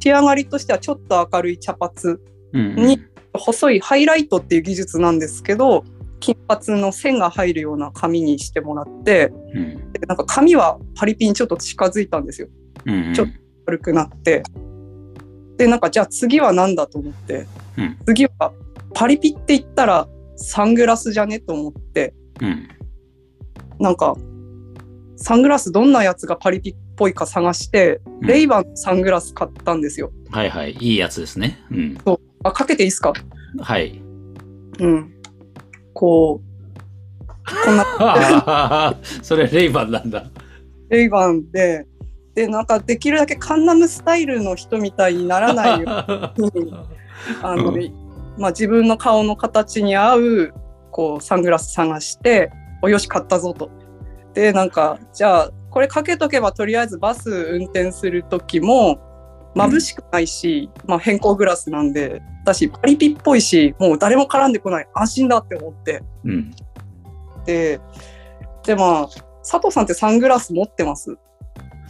Speaker 3: 仕上がりとしてはちょっと明るい茶髪
Speaker 2: うん、うん
Speaker 3: に細いハイライトっていう技術なんですけど金髪の線が入るような髪にしてもらって
Speaker 2: うん。
Speaker 3: でなんか髪はパリピにちょっと近づいたんですよ。
Speaker 2: うん。
Speaker 3: ちょっ悪くなってでなんかじゃあ次は何だと思って、
Speaker 2: うん
Speaker 3: 次はパリピって言ったらサングラスじゃねと思って
Speaker 2: うん。
Speaker 3: なんかサングラスどんなやつがパリピっぽいか探して、
Speaker 2: ん
Speaker 3: レイバンのサングラス買ったんですよ。
Speaker 2: はいはい。いいやつですね。うん。
Speaker 3: あかけていいですか
Speaker 2: はい。
Speaker 3: うん。こうこんな
Speaker 2: あー (laughs) それレイバンなんだ。
Speaker 3: レイバンででなんかできるだけカンナムスタイルの人みたいにならないようにあの、
Speaker 2: う
Speaker 3: まあ、自分の顔の形に合うこうサングラス探しておよし買ったぞと。でなんかじゃあこれかけとけばとりあえずバス運転する時も眩しくないし、まあ、変更グラスなんでだしパリピっぽいしもう誰も絡んでこない安心だって思って
Speaker 2: うん。
Speaker 3: ででまあ佐藤さんってサングラス持ってます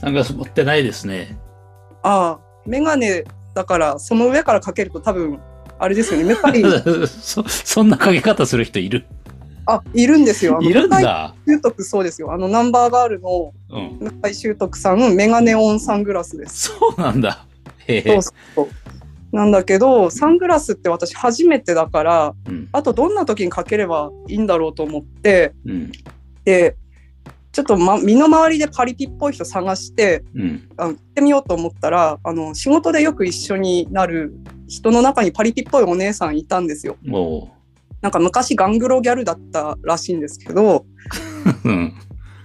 Speaker 2: サングラス持ってないですね。 (laughs)
Speaker 3: ああメガネだからその上からかけると多分あれですよねメ
Speaker 2: (laughs)
Speaker 3: カリ
Speaker 2: そそんなかけ方する人いる
Speaker 3: あいるんですよあの
Speaker 2: いるんだ。
Speaker 3: 習得そうですよ。あのナンバーガールの
Speaker 2: うん。
Speaker 3: 向井習得さん、メガネオンサングラスです。
Speaker 2: そうなんだ。へ
Speaker 3: そ
Speaker 2: え
Speaker 3: う。そう。なんだけど、サングラスって私初めてだから、
Speaker 2: うん。
Speaker 3: あとどんな時にかければいいんだろうと思って、
Speaker 2: うん。
Speaker 3: で、ちょっと、ま、身の回りでパリピっぽい人探して、
Speaker 2: うん。
Speaker 3: あの行ってみようと思ったら、あの、仕事でよく一緒になる人の中にパリピっぽいお姉さんいたんですよ。
Speaker 2: おう。
Speaker 3: なんか昔ガングロギャルだったらしいんですけど、
Speaker 2: うん。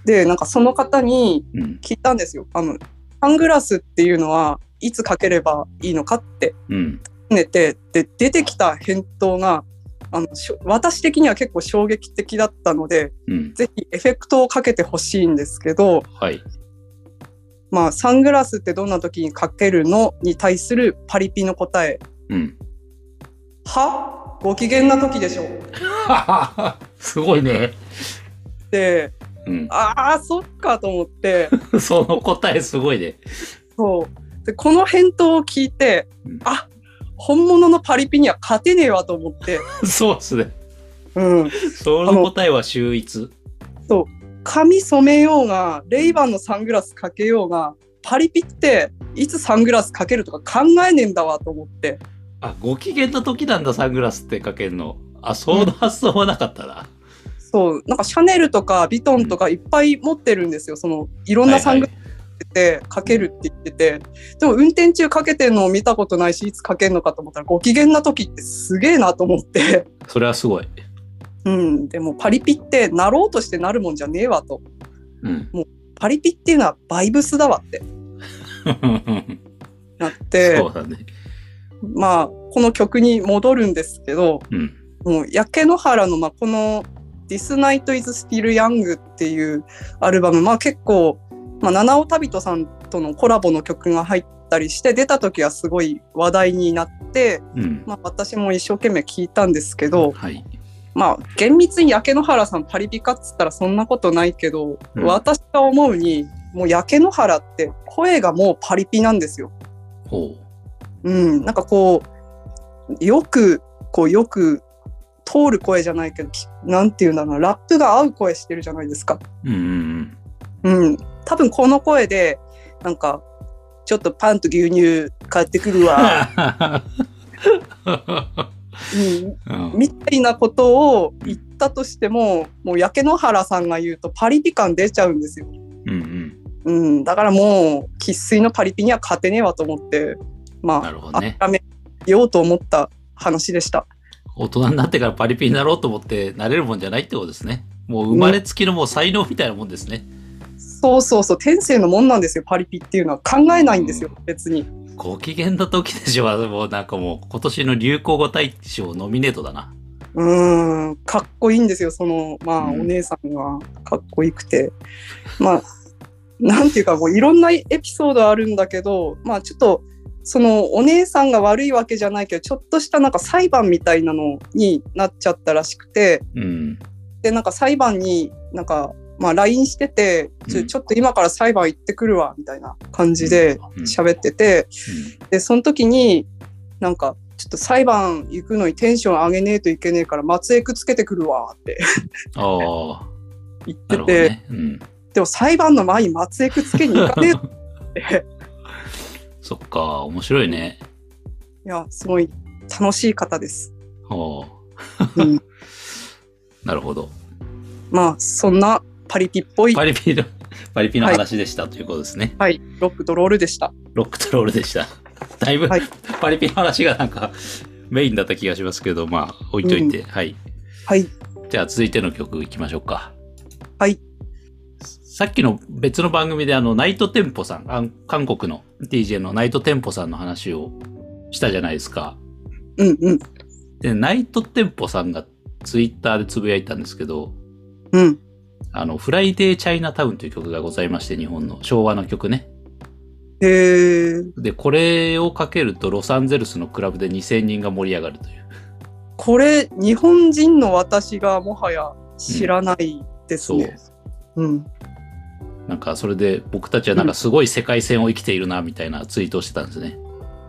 Speaker 3: で、なんかその方に、
Speaker 2: うん。
Speaker 3: 聞いたんですよ。あのサングラスっていうのはいつかければいいのかって
Speaker 2: うん。
Speaker 3: 寝てで出てきた返答があのしょ私的には結構衝撃的だったので
Speaker 2: うん。
Speaker 3: ぜひエフェクトをかけてほしいんですけど、
Speaker 2: はい。
Speaker 3: まあ、サングラスってどんな時にかけるのに対するパリピの答え
Speaker 2: うん。
Speaker 3: 「はご機嫌な時でしょ」
Speaker 2: (laughs) すごいね。
Speaker 3: で
Speaker 2: うん。
Speaker 3: ああそっかと思って。
Speaker 2: (laughs) その答えすごいね。 (laughs)
Speaker 3: そうでこの返答を聞いて
Speaker 2: うん
Speaker 3: あ本物のパリピには勝てねえわと思って、
Speaker 2: そうですね。
Speaker 3: うん、
Speaker 2: その答えは秀逸。
Speaker 3: 髪染めようがレイバンのサングラスかけようがパリピっていつサングラスかけるとか考えねえんだわと思って
Speaker 2: あ、ご機嫌な時なんだ、サングラスってかけるの。あ、その発想はなかったな。
Speaker 3: そうなんかシャネルとかヴィトンとかいっぱい持ってるんですよそのいろんなサングラスでかけるって言ってて、でも運転中かけてるのを見たことないしいつかけるのかと思ったらご機嫌な時ってすげえなと思って。 (laughs)
Speaker 2: それはすごい。
Speaker 3: うん、でもパリピってなろうとしてなるもんじゃねえわと
Speaker 2: (laughs) うん。
Speaker 3: パリピっていうのはバイブスだわってなって
Speaker 2: そうだね。
Speaker 3: まあこの曲に戻るんですけど
Speaker 2: うん。
Speaker 3: もう焼け野原の、まあ、この This Night is Still Young っていうアルバム、まあ結構、まあ、七尾旅人さんとのコラボの曲が入ったりして、出た時はすごい話題になって、
Speaker 2: うん。
Speaker 3: まあ私も一生懸命聞いたんですけど、
Speaker 2: はい。
Speaker 3: まあ厳密に焼け野原さんパリピかっつったらそんなことないけど、
Speaker 2: うん
Speaker 3: 私が思うに、もう焼け野原って声がもうパリピなんですよ。
Speaker 2: ほ
Speaker 3: うん、なんかこうよくこうよく通る声じゃないけどきなんていうんだろうなラップが合う声してるじゃないですか。
Speaker 2: う。うんうん
Speaker 3: うん、多分この声でなんかちょっとパンと牛乳買ってく
Speaker 2: (laughs)
Speaker 3: るわ、うん、
Speaker 2: うん。うん
Speaker 3: みたいなことを言ったとしてももう焼け野原さんが言うとパリピ感出ちゃうんですよ。
Speaker 2: うん
Speaker 3: うん、だからもう生粋のパリピには勝てねえわと思って
Speaker 2: うん。な
Speaker 3: ま
Speaker 2: るほど
Speaker 3: あ、
Speaker 2: ね。
Speaker 3: 諦めようと思った話でした。
Speaker 2: 大人になってからパリピになろうと思ってなれるもんじゃないってことですね。もう生まれつきのもう才能みたいなもんですね。
Speaker 3: そうそうそう天性のもんなんですよパリピっていうのは考えないんですよ、別に
Speaker 2: ご機嫌な時でしょ。もうなんかもう今年の流行語大賞ノミネートだな。
Speaker 3: うーんかっこいいんですよそのまあ、
Speaker 2: うん
Speaker 3: お姉さんがかっこよくてまあなんていうかこういろんなエピソードあるんだけどまあちょっとそのお姉さんが悪いわけじゃないけどちょっとしたなんか裁判みたいなのになっちゃったらしくて
Speaker 2: うん。
Speaker 3: でなんか裁判になんかまあ LINE してて、ち
Speaker 2: う
Speaker 3: ょ
Speaker 2: ん
Speaker 3: ちょっと今から裁判行ってくるわみたいな感じで
Speaker 2: うん
Speaker 3: 喋ってて、でその時になんかちょっと裁判行くのにテンション上げねえといけねえから松江区つけてくるわって
Speaker 2: ああ、
Speaker 3: 言っ
Speaker 2: な
Speaker 3: て
Speaker 2: るほど
Speaker 3: て、
Speaker 2: ね。うん。
Speaker 3: でも裁判の前に松江区つけに行か
Speaker 2: (laughs)
Speaker 3: ねえって
Speaker 2: そっか、面白いね。
Speaker 3: いやすごい楽しい方です。
Speaker 2: あ
Speaker 3: うん、
Speaker 2: あ、なるほど。
Speaker 3: まあそんなパリピっぽい、
Speaker 2: パリピの、パリピの話でしたということですね。
Speaker 3: はい、ロックとロールでした。
Speaker 2: ロックとロールでした。だいぶ、
Speaker 3: はい
Speaker 2: パリピの話がなんかメインだった気がしますけど、まあ置いといて、はい。
Speaker 3: はい、
Speaker 2: じゃあ続いての曲いきましょうか。
Speaker 3: はい。
Speaker 2: さっきの別の番組であの、ナイトテンポさん、あん韓国の DJ のナイトテンポさんの話をしたじゃないですか。
Speaker 3: うんうん
Speaker 2: で、ナイトテンポさんがツイッターでつぶやいたんですけど、
Speaker 3: うん
Speaker 2: あの、フライデーチャイナタウンという曲がございまして、日本の昭和の曲ね。
Speaker 3: へえ
Speaker 2: で、これをかけるとロサンゼルスのクラブで2000人が盛り上がるという。
Speaker 3: これ日本人の私がもはや知らないです
Speaker 2: そう。
Speaker 3: ね。うん、
Speaker 2: なんか、それで僕たちはなんかすごい世界線を生きているな、みたいなツイートをしてたんですね。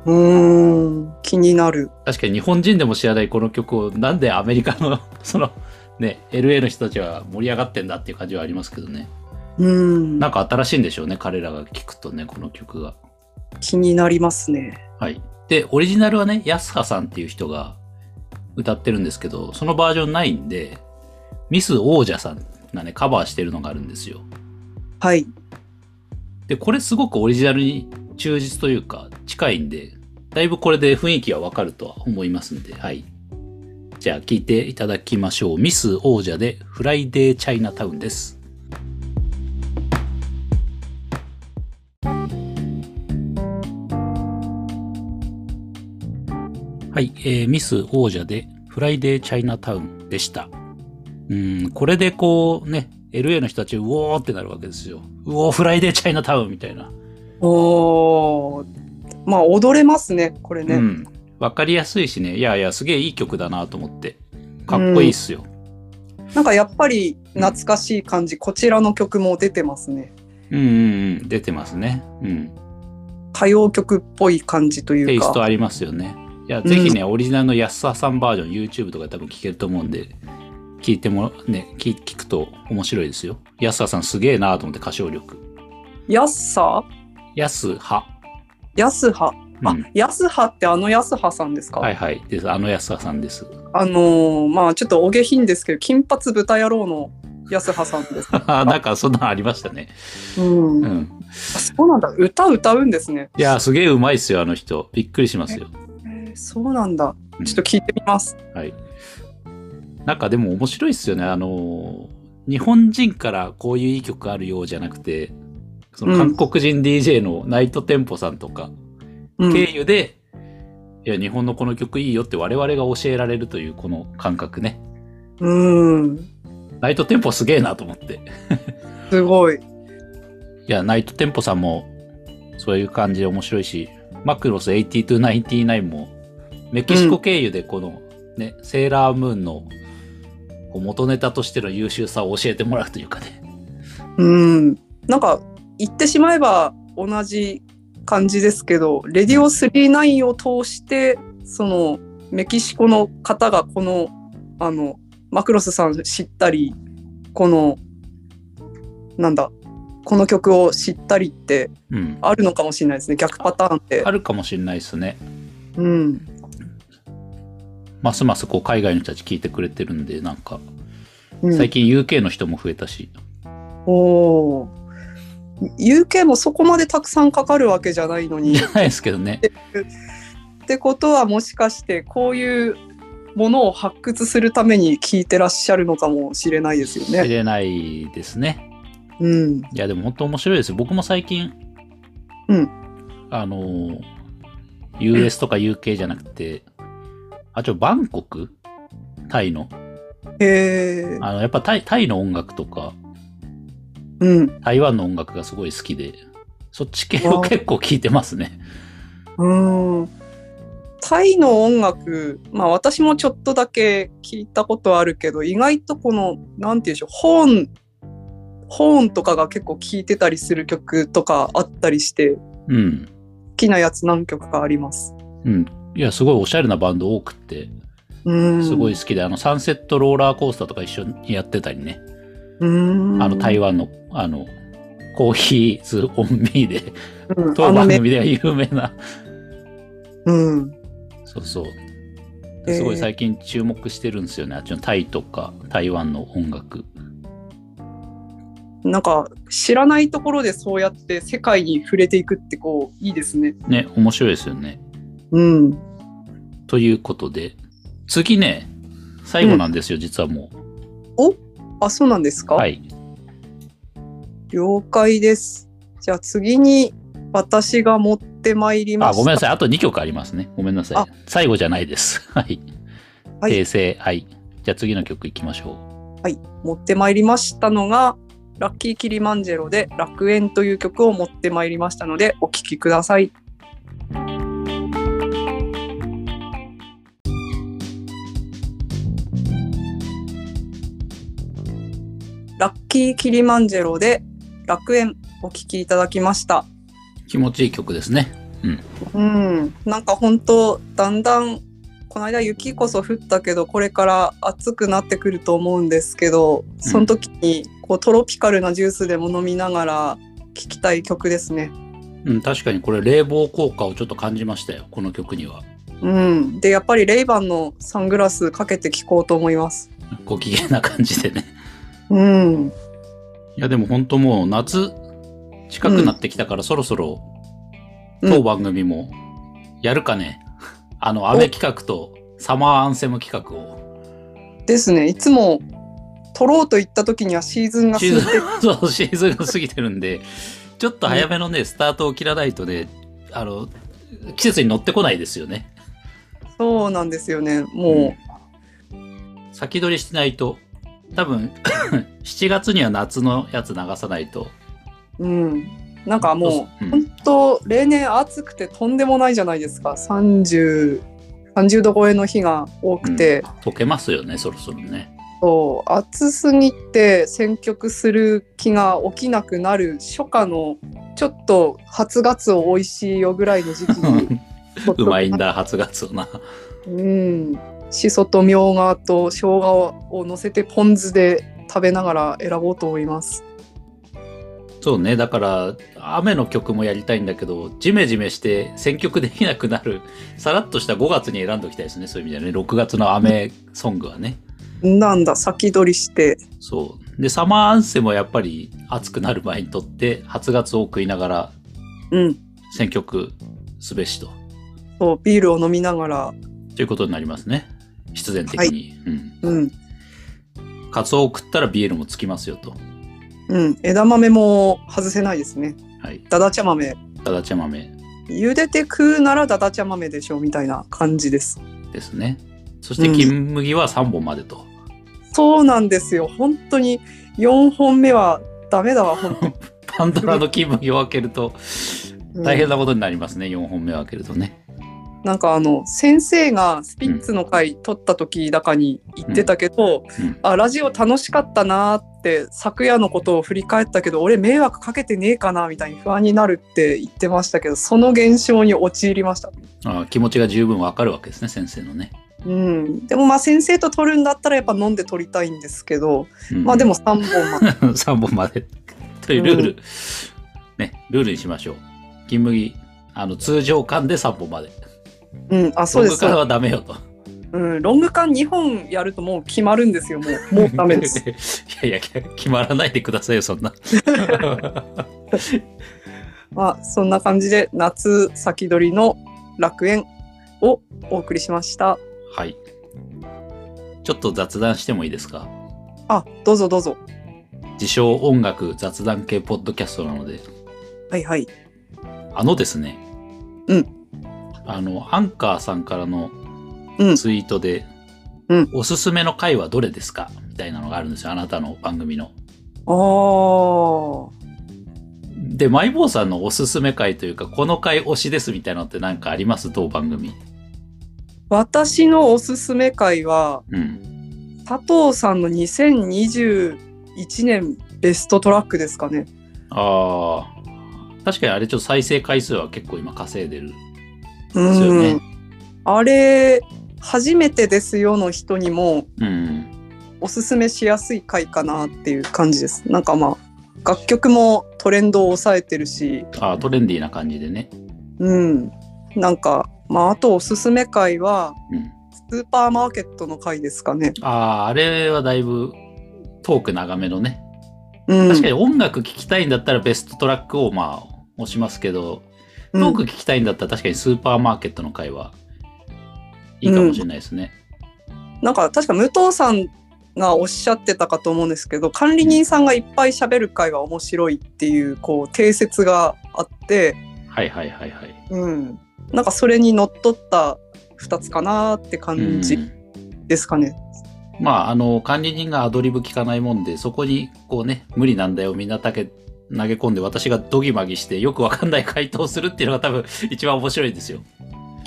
Speaker 3: うーん気になる。
Speaker 2: 確かに日本人でも知らないこの曲を、なんでアメリカの、その、ね、LA の人たちは盛り上がってんだっていう感じはありますけどね。
Speaker 3: うん
Speaker 2: なんか新しいんでしょうね、彼らが聴くとね、この曲が。
Speaker 3: 気になりますね。
Speaker 2: はい。で、オリジナルはね、安葉さんっていう人が歌ってるんですけど、そのバージョンないんで、ミス王者さんがね、カバーしてるのがあるんですよ。
Speaker 3: はい。
Speaker 2: で、これすごくオリジナルに忠実というか、近いんで、だいぶこれで雰囲気はわかるとは思いますんで、はい。じゃあ、聴いていただきましょう。ミス王者で、フライデーチャイナタウンです。はい、えーミス王者でフライデーチャイナタウンでした。うん、これでこうね、LA の人たち、うおーってなるわけですよ。うおー、フライデーチャイナタウンみたいな。
Speaker 3: おーまあ踊れますねこれね。
Speaker 2: うん。わかりやすいしね、いやいや、すげえいい曲だなと思って。かっこいいっすよ。
Speaker 3: なんかやっぱり懐かしい感じ、こちらの曲も出てますね。
Speaker 2: うん、うん、うん、出てますね。うん。
Speaker 3: 歌謡曲っぽい感じと
Speaker 2: テ
Speaker 3: いう
Speaker 2: イスト
Speaker 3: か。
Speaker 2: ありますよね。いや、ぜひね、オリジナルの安田さんバージョン、YouTube とかで多分聞けると思うんで、聞いてもら、ね、聞聞くと面白いですよ。安田さんすげえなと思って歌唱力。
Speaker 3: やっさ
Speaker 2: 安は。
Speaker 3: やすは。
Speaker 2: う
Speaker 3: あ
Speaker 2: ん、
Speaker 3: やすはってあのやすはさんですか、
Speaker 2: はいはい。です。あの安田さんです。 (laughs)
Speaker 3: あのーまあちょっとお下品ですけど、金髪豚野郎のやすはさんです。
Speaker 2: なんかそんなのありましたね。
Speaker 3: うん。
Speaker 2: う
Speaker 3: あ
Speaker 2: ん。
Speaker 3: そうなんだ。歌歌うんですね。
Speaker 2: いや、すげえうまいっすよ、あの人。びっくりしますよ。
Speaker 3: へーそうなんだ
Speaker 2: う。ん
Speaker 3: ちょっと聞いてみます。
Speaker 2: はい。なんかでも面白いっすよね。あのー、日本人からこういういい曲あるようじゃなくて、その韓国人 DJ のナイトテンポさんとか
Speaker 3: うん
Speaker 2: 経由で、いや、日本のこの曲いいよって我々が教えられるというこの感覚ね。
Speaker 3: うん。
Speaker 2: ナイトテンポすげえなと思って。
Speaker 3: すごい。
Speaker 2: いや、ナイトテンポさんも、そういう感じで面白いし、マクロス8299も、メキシコ経由でこの、ね、セーラームーンの、こう元ネタとしての優秀さを教えてもらうというかね。
Speaker 3: うん。なんか、言ってしまえば同じ感じですけど、レディオ39を通して、その、メキシコの方がこの、あの、マクロスさん知ったり、この、なんだ、この曲を知ったりって
Speaker 2: うん。
Speaker 3: あるのかもしれないですね、逆パターンって
Speaker 2: あ。るかもしれないですね。
Speaker 3: うん。
Speaker 2: ますますこう海外の人たち聞いてくれてるんで、なんか、
Speaker 3: うん
Speaker 2: 最近 UK の人も増えたし、
Speaker 3: おお。UK もそこまでたくさんかかるわけじゃないのに。
Speaker 2: じゃないですけどね。
Speaker 3: ってことはもしかしてこういうものを発掘するために聞いてらっしゃるのかもしれないですよ
Speaker 2: 知
Speaker 3: ね。
Speaker 2: れないですね。
Speaker 3: うん。
Speaker 2: いや、でも本当面白いですよ。僕も最近、
Speaker 3: うん
Speaker 2: あのー、US とか UK じゃなくて、あ、ちょ、バンコクタイの。
Speaker 3: へえ。
Speaker 2: あの、やっぱタイ、タイの音楽とか、
Speaker 3: うん。
Speaker 2: 台湾の音楽がすごい好きで、そっち系を
Speaker 3: わあ
Speaker 2: 結構聞いてますね。
Speaker 3: うん。タイの音楽、まあ私もちょっとだけ聞いたことあるけど、意外とこの、なんていうんでしょう、ホーン、ホーンとかが結構聴いてたりする曲とかあったりして、好
Speaker 2: うん。
Speaker 3: きなやつ何曲かあります。
Speaker 2: うん。いや、すごいおしゃれなバンド多くって、
Speaker 3: うん。
Speaker 2: すごい好きで、あの、サンセットローラーコースターとか一緒にやってたりね、
Speaker 3: うん。
Speaker 2: あの、台湾の、あの、コーヒーズオンミーで、
Speaker 3: うん
Speaker 2: 当
Speaker 3: あの
Speaker 2: 番
Speaker 3: ね
Speaker 2: 組では有名な
Speaker 3: うん。
Speaker 2: そうそう。
Speaker 3: えー
Speaker 2: すごい最近注目してるんですよね。あっちのタイとか台湾の音楽。
Speaker 3: なんか知らないところでそうやって世界に触れていくってこういいですね。
Speaker 2: ね、面白いですよね。
Speaker 3: うん。
Speaker 2: ということで、次ね、最後なんですよ、実はも
Speaker 3: あ、そうなんです
Speaker 2: う。
Speaker 3: か、
Speaker 2: はい。
Speaker 3: 了解です。じゃあ次に私が持ってまいりま
Speaker 2: あ、
Speaker 3: した。
Speaker 2: ごめんなさい。あと2曲ありますね。ごめんなさ
Speaker 3: あ
Speaker 2: い。最後じゃないです。 (laughs) はい。
Speaker 3: はい
Speaker 2: 訂正。はい。じゃあ次の曲いきましょ
Speaker 3: 持ってまいりましたのが、ラッキーキリマンジェロで楽園という曲を持ってまいりましたので、お聴きください。ラッキーキリマンジェロで楽園お聴きいただきました。
Speaker 2: う。気持ちいい曲ですね。
Speaker 3: うん、なんか本当だんだんこの間雪こそ降ったけどこれから暑くなってくると思うんですけどその時にこうトロピカルなジュースでも飲みながら聴きたい曲ですね。
Speaker 2: うん、確かにこれ冷房効果をちょっと感じましたよ。この曲には。
Speaker 3: うん、でやっぱりレイバンのサングラスかけて聴こうと思います。
Speaker 2: ご機嫌な感じでね。
Speaker 3: うん、
Speaker 2: いやでも本当もう夏近くなってきたからそろそろ
Speaker 3: うん
Speaker 2: 当番組もやるかね、あの雨企画とサマーアンセム企画を
Speaker 3: ですねいつも撮ろうと言った時にはシーズンが過
Speaker 2: シ
Speaker 3: ぎ
Speaker 2: ー
Speaker 3: て
Speaker 2: ズン (laughs) そうシーズンが過ぎてるんでちょっと早めのね、スタートを切らないとねあの季節に乗ってこないですよね
Speaker 3: そうなんですよねも
Speaker 2: うん先取りしないと多分 (laughs) 7月には夏のやつ流さないと
Speaker 3: う、うん、なんかもう
Speaker 2: う、ん
Speaker 3: 本当例年暑くてとんでもないじゃないですか30 30度超えの日が多くて、
Speaker 2: 溶けますよねそろそろね
Speaker 3: そう暑すぎて選曲する気が起きなくなる初夏のちょっと初月を美味しいよぐらいの時期
Speaker 2: (laughs)
Speaker 3: に
Speaker 2: うまいんだ初月をな
Speaker 3: うんしそとみょうがと生姜を乗せてポン酢で食べながら選ぼうと思います
Speaker 2: そうね、だから、雨の曲もやりたいんだけど、ジメジメして選曲できなくなる、さらっとした5月に選んでおきたいですね、そういう意味ではね。6月の雨ソングはね。
Speaker 3: なんだ先取りして
Speaker 2: そう。で、サマーアンセムはやっぱり暑くなる前にとって、初月を食いながら
Speaker 3: うん
Speaker 2: 選曲すべしと。
Speaker 3: そうビールを飲みながら
Speaker 2: ということになりますね。必然的に。う
Speaker 3: は
Speaker 2: ん。
Speaker 3: うん
Speaker 2: カツオを食ったらビールもつきますよと。
Speaker 3: うん枝豆も外せないですね
Speaker 2: はい。
Speaker 3: だだちゃ豆
Speaker 2: ただ茶豆
Speaker 3: 茹でて食うならだだちゃ豆でしょみたいな感じです
Speaker 2: ですね。そして金麦は3本までと。
Speaker 3: そうなんですよ。本当に4本目はダメだわ、本当に。
Speaker 2: パンドラの気分を開けると大変なことになりますね、4本目を開けるとね。
Speaker 3: なんかあの先生がスピッツの回撮った時だかに言ってたけど、
Speaker 2: うんうん
Speaker 3: あラジオ楽しかったなーって昨夜のことを振り返ったけど俺迷惑かけてねえかなみたいに不安になるって言ってましたけどその現象に陥りました。
Speaker 2: あ気持ちが十分わかるわけですね、先生のね。
Speaker 3: うん、でもまあ先生と撮るんだったらやっぱ飲んで撮りたいんですけど、
Speaker 2: うん
Speaker 3: まあでも3本
Speaker 2: (laughs)
Speaker 3: まで
Speaker 2: 3本までというルール、ね、ルールにしましょう。金麦、あの通常間で3本まで。
Speaker 3: うんあそうです
Speaker 2: (laughs) 僕からはダメよと。。
Speaker 3: うん、ロング缶2本やるともう決まるんですよもうもうダメです
Speaker 2: (laughs) いやいや、決まらないでくださいよ、そんな。 (laughs)
Speaker 3: まあそんな感じで夏先取りの楽園をお送りしました。
Speaker 2: はい。ちょっと雑談してもいいですか
Speaker 3: あ、どうぞどうぞ。
Speaker 2: 自称音楽雑談系ポッドキャストなので、
Speaker 3: はいはい。
Speaker 2: あのですね。
Speaker 3: うん。
Speaker 2: あの、アンカーさんからの
Speaker 3: うん
Speaker 2: ツイートで、
Speaker 3: うん
Speaker 2: おすすめの回はどれですかみたいなのがあるんですよ。あなたの番組の。
Speaker 3: ああ。
Speaker 2: で、マイボーさんのおすすめ回というか、この回推しですみたいなのってなんかあります当番組。
Speaker 3: 私のおすすめ回は、
Speaker 2: うん。
Speaker 3: 佐藤さんの2021年ベストトラックですかね。
Speaker 2: ああ。確かにあれちょっと再生回数は結構今稼いでる。
Speaker 3: う
Speaker 2: ですよね
Speaker 3: ん。あれ、初めてですよの人にも
Speaker 2: うん。
Speaker 3: おすすめしやすい回かなっていう感じです。なんかまあ、楽曲もトレンドを抑えてるし、
Speaker 2: ああ、トレンディーな感じでね。
Speaker 3: うん。なんか、まあ、あとおすすめ回は、
Speaker 2: うん。
Speaker 3: スーパーマーケットの回ですかね。
Speaker 2: ああ、あれはだいぶトーク長めのね。
Speaker 3: うん、
Speaker 2: 確かに音楽聴きたいんだったらベストトラックをまあ押しますけど、
Speaker 3: う
Speaker 2: ト
Speaker 3: ん
Speaker 2: ーク聞きたいんだったら確かにスーパーマーケットの回はいいかもしれないですね。
Speaker 3: なんか確か武藤さんがおっしゃってたかと思うんですけど管理人さんがいっぱい喋る会は面白いっていうこう定説があって、
Speaker 2: はいはいはいはい。
Speaker 3: うん、なんかそれにのっとった2つかなって感
Speaker 2: う
Speaker 3: じ
Speaker 2: ん
Speaker 3: ですかね。
Speaker 2: まあ、あの、管理人がアドリブ聞かないもんで、そこにこうね、無理なんだよ、みんなたけ投げ込んで、私がドギマギして、よくわかんない回答をするっていうのが多分一番面白いんですよ。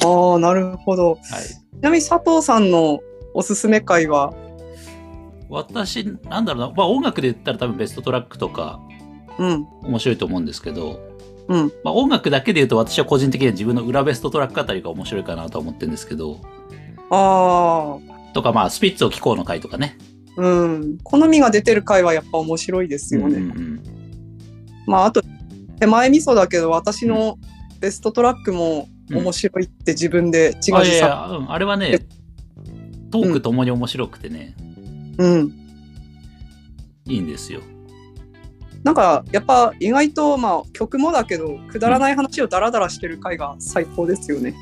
Speaker 3: ああなるほ
Speaker 2: は
Speaker 3: ど。
Speaker 2: い。
Speaker 3: ちなみに佐藤さんのおすすめ会は、
Speaker 2: 私、なんだろうな、まあ音楽で言ったら多分ベストトラックとか
Speaker 3: うん、
Speaker 2: 面白いと思うんですけど、
Speaker 3: うん、
Speaker 2: まあ、音楽だけで言うと私は個人的には自分の裏ベストトラックあたりが面白いかなとは思ってるんですけど
Speaker 3: ああ、
Speaker 2: とかまあスピッツを聴こうの回とかね
Speaker 3: うん、好みが出てる会はやっぱ面白いですよね。
Speaker 2: うんうん
Speaker 3: まああと手前味噌だけど私のベストトラックも面白いって自分で自
Speaker 2: うん、あ
Speaker 3: 画
Speaker 2: いや
Speaker 3: 自
Speaker 2: い
Speaker 3: 賛
Speaker 2: やうんあれはねトークともに面白くてね、
Speaker 3: うん、
Speaker 2: いいんですよ
Speaker 3: なんかやっぱ意外とまあ曲もだけどくだらない話をダラダラしてる回が最高ですよね。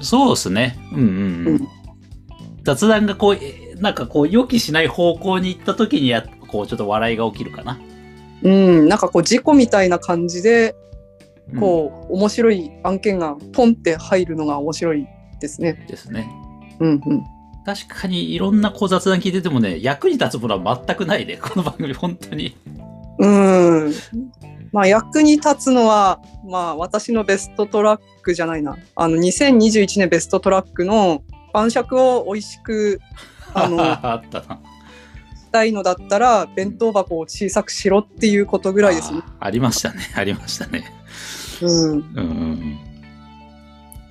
Speaker 2: そうですねうんうん、う
Speaker 3: うんん
Speaker 2: 雑談がこうえなんかこう予期しない方向に行った時にやこうちょっと笑いが起きるかな、
Speaker 3: うん、なんかこう事故みたいな感じで
Speaker 2: うん
Speaker 3: こう、面白い案件がポンって入るのが面白いですね。
Speaker 2: ですね
Speaker 3: うんうん、
Speaker 2: 確かにいろんなこう雑談聞いててもね役に立つものは全くないねこの番組本当に
Speaker 3: うんまあ、役に立つのは、まあ、私のベストトラックじゃないなあの2021年ベストトラックの晩酌を美味
Speaker 2: (laughs)
Speaker 3: しくあの
Speaker 2: あったな
Speaker 3: したいのだったら弁当箱を小さくしろっていうことぐらいですね。
Speaker 2: あーありましたね、 (laughs) ありましたね。
Speaker 3: うん、
Speaker 2: うんうんうん。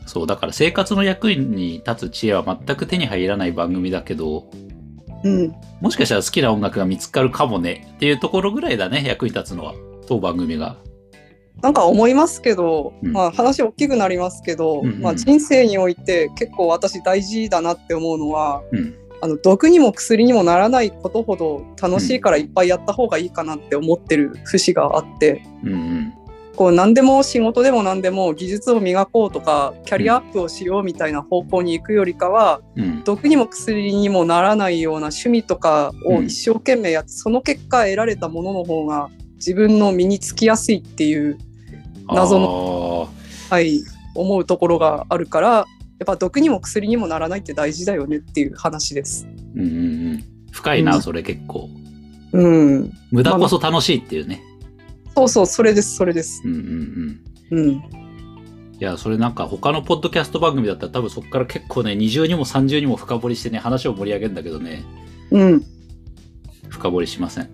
Speaker 2: そう、だから生活の役に立つ知恵は全く手に入らない番組だけど、
Speaker 3: うん、
Speaker 2: もしかしたら好きな音楽が見つかるかもねっていうところぐらいだね、役に立つのは、当番組が。
Speaker 3: なんか思いますけど、
Speaker 2: うん
Speaker 3: まあ、話大きくなりますけど、
Speaker 2: うんうん
Speaker 3: まあ、人生において結構私大事だなって思うのは
Speaker 2: うん。
Speaker 3: あの毒にも薬にもならないことほど楽しいからいっぱいやった方がいいかなって思ってる節があって。
Speaker 2: うんうん。
Speaker 3: こう何でも仕事でも何でも技術を磨こうとかキャリアアップをしようみたいな方向に行くよりかは、
Speaker 2: うん。
Speaker 3: 毒にも薬にもならないような趣味とかを一生懸命やって、その結果得られたものの方が自分の身につきやすいっていう、謎
Speaker 2: の。
Speaker 3: はい、思うところがあるからやっぱ毒にも薬にもならないって大事だよねっていう話です。
Speaker 2: うんうんうん。深いうな、
Speaker 3: ん
Speaker 2: それ結構。
Speaker 3: うん。
Speaker 2: 無駄こそ楽しいっていうね。
Speaker 3: そうそう、それです、それです。
Speaker 2: うんうんうん。
Speaker 3: うん。
Speaker 2: いや、それなんか他のポッドキャスト番組だったら多分そこから結構ね、二重にも三重にも深掘りしてね、話を盛り上げるんだけどね、
Speaker 3: うん。
Speaker 2: 深掘りしません。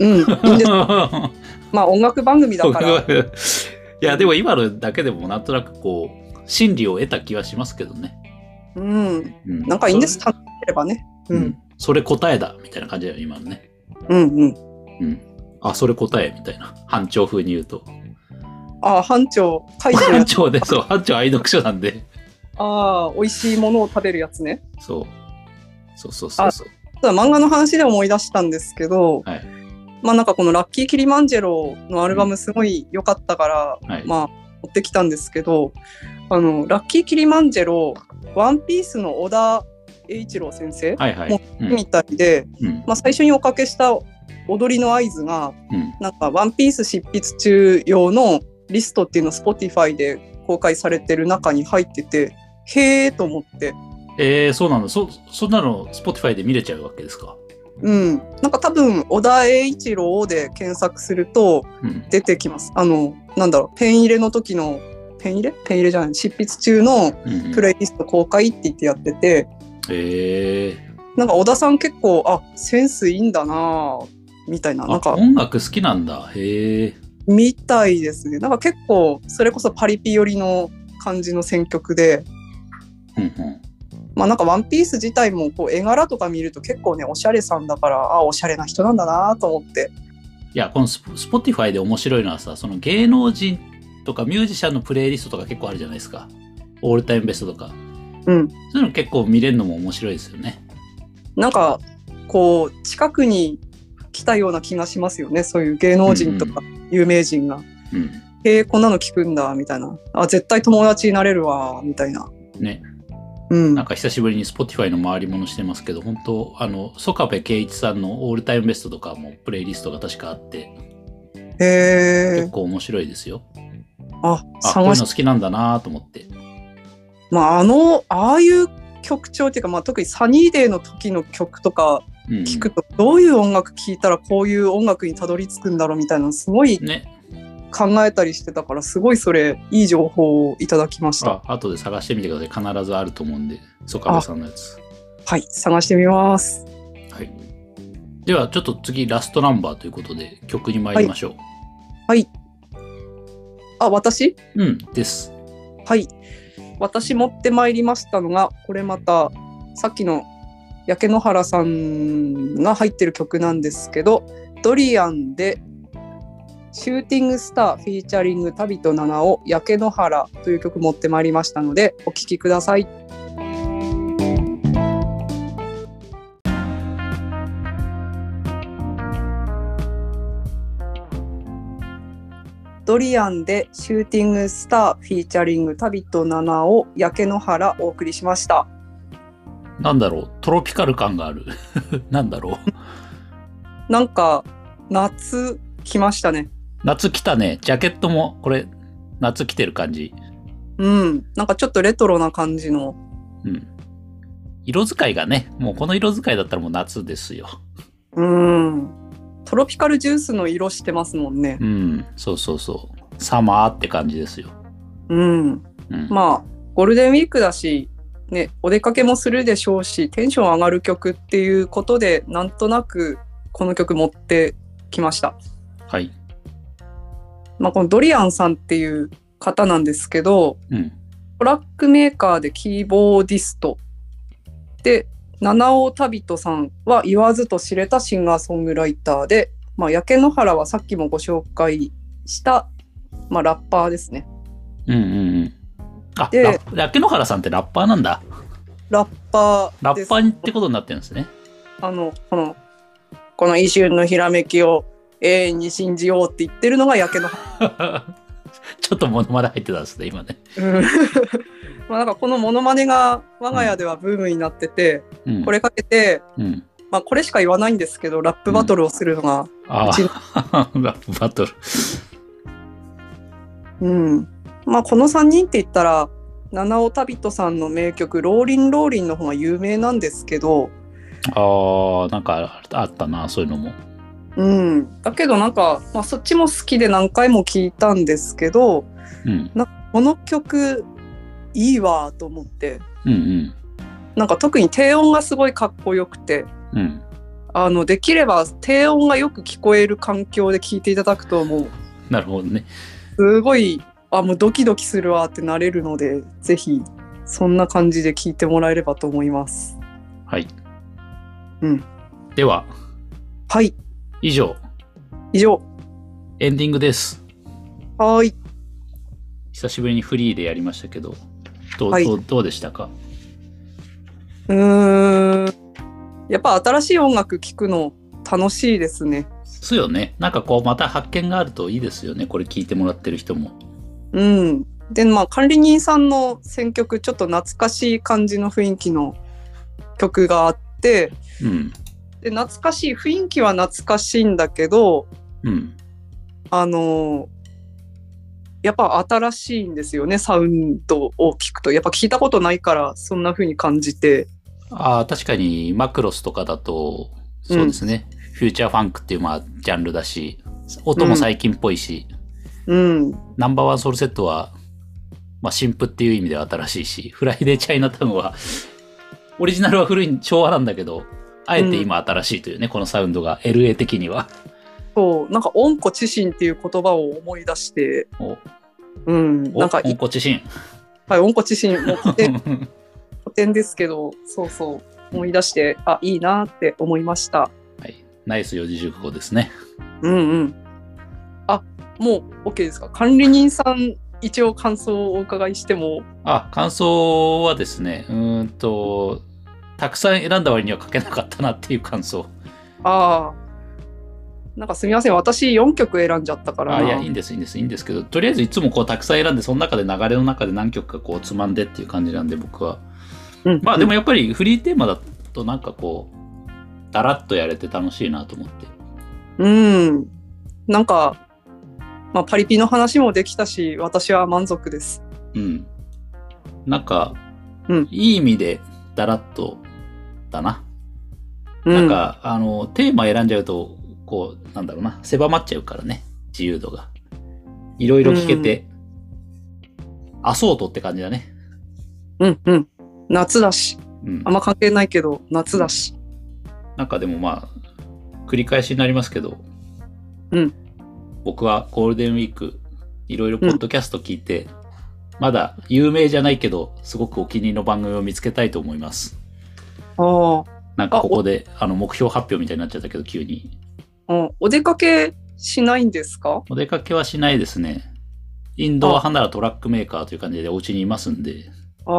Speaker 3: うん。い
Speaker 2: (laughs)
Speaker 3: いん (laughs) です。まあ音楽番組だから。
Speaker 2: いや、でも今のだけでもなんとなくこう、真理を得た気はしますけどね。
Speaker 3: うん。
Speaker 2: う
Speaker 3: なんかいいんです、楽しければね。
Speaker 2: う
Speaker 3: うんん。。
Speaker 2: それ答えだ、みたいな感じだよね、今のね。
Speaker 3: うんうん。
Speaker 2: うん。あ、それ答え、みたいな。班長風に言うと。
Speaker 3: ああ、班長、会長や
Speaker 2: 班長で、そう、班長愛読書なんで。
Speaker 3: ああ、美味しいものを食べるやつね。
Speaker 2: そう。そうそうそうそう。
Speaker 3: ただ漫画の話で思い出したんですけど、
Speaker 2: はい
Speaker 3: まあなんかこのラッキーキリマンジェロのアルバムすごい良かったから、
Speaker 2: はい。
Speaker 3: まあ持ってきたんですけど、あの、ラッキーキリマンジェロ、ワンピースの小田栄一郎先生
Speaker 2: はいはい
Speaker 3: も。
Speaker 2: うん
Speaker 3: みたいで、
Speaker 2: うん
Speaker 3: まあ最初におかけした踊りの合図が、
Speaker 2: うん
Speaker 3: なんかワンピース執筆中用のリストっていうのを Spotify で公開されてる中に入ってて、へえと思って。
Speaker 2: えー、そうなのそそんなの Spotify で見れちゃうわけですか、
Speaker 3: うん、なんか多分小田栄一郎で検索すると
Speaker 2: うん、
Speaker 3: 出てきます。あのなんだろうペン入れの時のペン入れペン入れじゃない執筆中の
Speaker 2: うんうん
Speaker 3: プレイリスト公開って言ってやってて
Speaker 2: え
Speaker 3: なんか小田さん結構あセンスいいんだなぁみたいな
Speaker 2: ー、
Speaker 3: なん
Speaker 2: あ
Speaker 3: か
Speaker 2: 音楽好きなんだへえ
Speaker 3: みたいですねなんか結構それこそパリピ寄りの感じの選曲で
Speaker 2: うんうん
Speaker 3: まあなんか「ワンピース自体もこう絵柄とか見ると結構ねおしゃれさんだからあおしゃれな人なんだなぁと思って
Speaker 2: いやこのスポ Spotify で面白いのはさその芸能人とかミュージシャンのプレイリストとか結構あるじゃないですかオールタイムベストとか
Speaker 3: うん
Speaker 2: そういうの結構見れるのも面白いですよね
Speaker 3: なんかこう近くに来たような気がしますよねそういう芸能人とか有名人が「
Speaker 2: うん
Speaker 3: へえこんなの聞くんだ」みたいな「あ絶対友達になれるわ」みたいな。
Speaker 2: ね
Speaker 3: うん、
Speaker 2: なん
Speaker 3: あ
Speaker 2: か久しぶりに Spotify の回り物してますけど本当あの曽我部圭一さんのオールタイムベストとかもプレイリストが確かあって
Speaker 3: へ
Speaker 2: 結
Speaker 3: え
Speaker 2: 構面白いですよ
Speaker 3: あ
Speaker 2: あこう
Speaker 3: 探
Speaker 2: いう
Speaker 3: し
Speaker 2: の好きなんだなと思って
Speaker 3: まああのああいう曲調っていうか、まあ、特にサニーデーの時の曲とか
Speaker 2: うんうん
Speaker 3: 聞くとどういう音楽聴いたらこういう音楽にたどり着くんだろうみたいなのすごい
Speaker 2: ね
Speaker 3: 考えたりしてたからすごいそれいい情報をいただきました
Speaker 2: あ後で探してみてください必ずあると思うんで曽我部さんのやつ
Speaker 3: はい探してみます
Speaker 2: はいではちょっと次ラストナンバーということで曲に参りましょう、
Speaker 3: あ私
Speaker 2: うんです
Speaker 3: はい。私持ってまいりましたのが、これまた、さっきの焼け野原さんが入ってる曲なんですけど、ドリアンで、シューティングスターフィーチャリング旅と七を焼け野原という曲持ってまいりましたので、お聴きください。ドリアンでシューティングスターフィーチャリング旅と七を焼け野原お送りしました。
Speaker 2: なんだろうトロピカル感がある (laughs) なんだろう
Speaker 3: なんか、夏来ましたね。
Speaker 2: 夏来たねジャケットもこれ夏来てる感じ
Speaker 3: うん。なんかちょっとレトロな感じの。
Speaker 2: うん色使いがねもうこの色使いだったらもう夏ですよ
Speaker 3: うん。トロピカルジュースの色してますもんね
Speaker 2: う。んそうそうそうサマーって感じですよ、
Speaker 3: うん。
Speaker 2: うん、
Speaker 3: まあ、ゴールデンウィークだし、ね、お出かけもするでしょうし、テンション上がる曲っていうことで、なんとなくこの曲持ってきました。
Speaker 2: はい
Speaker 3: まあ、このドリアンさんっていう方なんですけど、
Speaker 2: うん
Speaker 3: トラックメーカーでキーボーディスト。で、七尾旅人さんは言わずと知れたシンガーソングライターで、まあ、焼け野原はさっきもご紹介した、まあ、ラッパーですね。
Speaker 2: うんうんうんあ
Speaker 3: で
Speaker 2: ララッケ野原さんってラッパーなんだ
Speaker 3: ラッパ
Speaker 2: ラ
Speaker 3: ー
Speaker 2: ッ
Speaker 3: です。
Speaker 2: パーってことになってるんですね (laughs)
Speaker 3: あの、この、この一瞬のひらめきを永遠に信じようって言ってるのが焼け野原。
Speaker 2: ちょっとモノマネ入ってたんですね、今ね。
Speaker 3: うん (laughs) まあなんかこのモノマネが我が家ではブームになってて、
Speaker 2: うん、
Speaker 3: これかけて、
Speaker 2: うん。
Speaker 3: まあこれしか言わないんですけど、ラップバトルをするのが、
Speaker 2: あ
Speaker 3: うち
Speaker 2: あ、ラップ (laughs) バトル。
Speaker 3: うん。まあこの3人って言ったら、七尾旅人さんの名曲、ローリンローリンの方が有名なんですけど、
Speaker 2: ああ、なんかあったな、そういうのも。
Speaker 3: うん、だけどなんか、まあ、そっちも好きで何回も聞いたんですけど
Speaker 2: うん。
Speaker 3: この曲いいわと思って
Speaker 2: うん
Speaker 3: なんか特に低音がすごいかっこよくて
Speaker 2: うん。うん。
Speaker 3: あのできれば低音がよく聞こえる環境で聴いていただくともう
Speaker 2: なるほどね。
Speaker 3: すごいあもうドキドキするわってなれるのでぜひそんな感じで聴いてもらえればと思います。
Speaker 2: はい。
Speaker 3: うん。
Speaker 2: では、
Speaker 3: はい
Speaker 2: 以上、
Speaker 3: 以上
Speaker 2: エンディングです。
Speaker 3: はーい
Speaker 2: 久しぶりにフリーでやりましたけど、どう,、
Speaker 3: はい
Speaker 2: どうどうでしたか
Speaker 3: うーんやっぱ新しい音楽聴くの楽しいですね。
Speaker 2: そうよね。なんかこう、また発見があるといいですよね。これ聞いてもらってる人も。
Speaker 3: うん、でまあ管理人さんの選曲ちょっと懐かしい感じの雰囲気の曲があって
Speaker 2: うん。
Speaker 3: で懐かしい雰囲気は懐かしいんだけど
Speaker 2: うん。
Speaker 3: あのやっぱ新しいんですよねサウンドを聞くとやっぱ聞いたことないからそんな風に感じて
Speaker 2: ああ、確かに、マクロスとかだと、そうですね。フューチャーファンクっていう、まあ、ジャンルだし、音も最近っぽいし、
Speaker 3: うん
Speaker 2: ナンバーワンソルセットは、まあ、新譜っていう意味では新しいし、フライデーチャイナタウンは、オリジナルは古い昭和なんだけど、あえて今新しいというね、このサウンドが LA 的には。
Speaker 3: そうなんか「音庫知心」っていう言葉を思い出して、
Speaker 2: お
Speaker 3: うん、
Speaker 2: お
Speaker 3: なんかい
Speaker 2: お
Speaker 3: っ
Speaker 2: こちしん。
Speaker 3: ぱい「音庫知心」も古典
Speaker 2: うん
Speaker 3: 古典ですけどそうそう思い出してあいいなって思いました。
Speaker 2: はい、 (laughs) ナイス四字熟語ですね。
Speaker 3: うんうん。あ、もう OK ですか。管理人さん、一応感想をお伺いしても。
Speaker 2: あ、感想はですね、うーんと、たくさん選んだ割には書けなかったなっていう感想。
Speaker 3: ああ。なんかすみません。私4曲選んじゃったから
Speaker 2: あいや、いい
Speaker 3: な。
Speaker 2: んです、いいんです、いいんですけど、とりあえずいつもこうたくさん選んで、その中で流れの中で何曲かこうつまんでっていう感じなんで、僕は。
Speaker 3: うん
Speaker 2: まあでもやっぱりフリーテーマだとなんかこう、だらっとやれて楽しいなと思って。
Speaker 3: うん。なんか、まあ、パリピの話もできたし、私は満足です。
Speaker 2: うん。なんか、
Speaker 3: うん
Speaker 2: いい意味でだらっとだな。
Speaker 3: う
Speaker 2: なん、か、あの、テーマ選んじゃうと、こう、なんだろうな、狭まっちゃうからね、自由度が。いろいろ聞けて、アソートって感じだね。
Speaker 3: うんうん。夏だし、
Speaker 2: うん
Speaker 3: あん。ま関係ないけど、夏だし。
Speaker 2: なんかでもまあ、繰り返しになりますけど、
Speaker 3: うん
Speaker 2: 僕はゴールデンウィーク、いろいろポッドキャスト聞いて、まだ有名じゃないけど、すごくお気に入りの番組を見つけたいと思います。
Speaker 3: ああ。
Speaker 2: なんか
Speaker 3: あ
Speaker 2: ここで、あの、目標発表みたいになっちゃったけど、急に。
Speaker 3: うんお出かけしないんですか
Speaker 2: お出かけはしないですね。インドア派ならトラックメーカーという感じでお家にいますんで、
Speaker 3: ああ。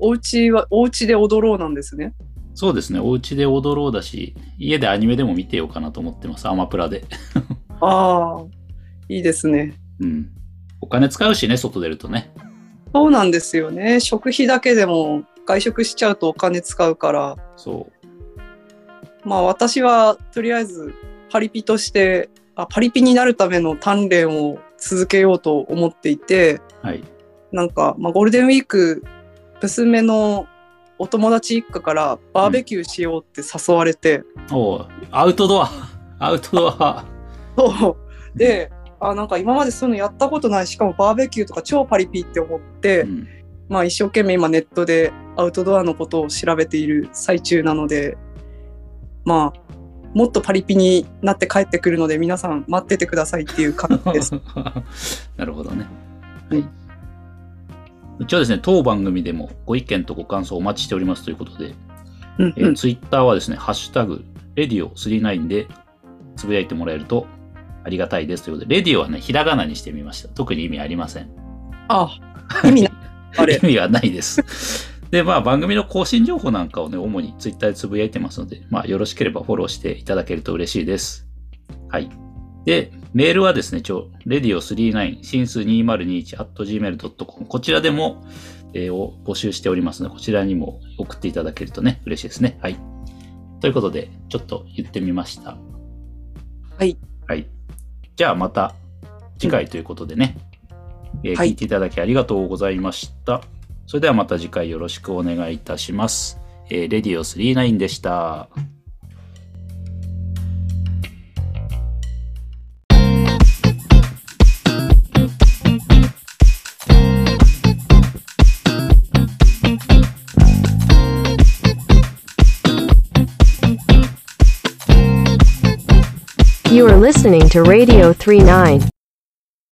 Speaker 3: お家は、お家で踊ろうなんですね。
Speaker 2: そうですね、お家で踊ろうだし、家でアニメでも見てようかなと思ってます、アマプラで。
Speaker 3: ああ。いいですね。
Speaker 2: うん。お金使うしね、外出るとね。
Speaker 3: そうなんですよね。食費だけでも外食しちゃうとお金使うから、
Speaker 2: そう。
Speaker 3: まあ私はとりあえずパリピとして、あパリピになるための鍛錬を続けようと思っていて、
Speaker 2: はい。
Speaker 3: なんか、まあ、ゴールデンウィーク、娘のお友達一家からバーベキューしようって誘われて、
Speaker 2: おうアウトドアアウトドア
Speaker 3: そう (laughs) で、あ、なんか今までそういうのやったことない、しかもバーベキューとか超パリピって思って、
Speaker 2: うん
Speaker 3: まあ一生懸命今ネットでアウトドアのことを調べている最中なので、まあ、もっとパリピになって帰ってくるので皆さん待っててくださいっていう感
Speaker 2: (laughs)
Speaker 3: じです。
Speaker 2: なるほどね。
Speaker 3: う
Speaker 2: は
Speaker 3: ん
Speaker 2: い。うちはですね、当番組でもご意見とご感想をお待ちしておりますということで、
Speaker 3: うん
Speaker 2: え
Speaker 3: う
Speaker 2: ー
Speaker 3: ん、
Speaker 2: ツイッターはですね、ハッシュタグ、レディオ39でつぶやいてもらえるとありがたいですということで、レディオはね、ひらがなにしてみました。特に意味ありません。
Speaker 3: あ意味ない。あれ
Speaker 2: (laughs) 意。味はないです。で、まあ、番組の更新情報なんかをね、主にツイッターでつぶやいてますので、まあ、よろしければフォローしていただけると嬉しいです。はい。で、メールはですね、ちょ、radio39 sin 数 2021.gmail.com こちらでも、えーを募集しておりますので、こちらにも送っていただけるとね、嬉しいですね。はい。ということで、ちょっと言ってみました。
Speaker 3: はい。
Speaker 2: はい。じゃあまた次回ということでね、えー
Speaker 3: はい
Speaker 2: 聞いていただきありがとうございました。それではまた次回よろしくお願いいたします。えーレディオ39でした。
Speaker 1: You are listening to Radio 39.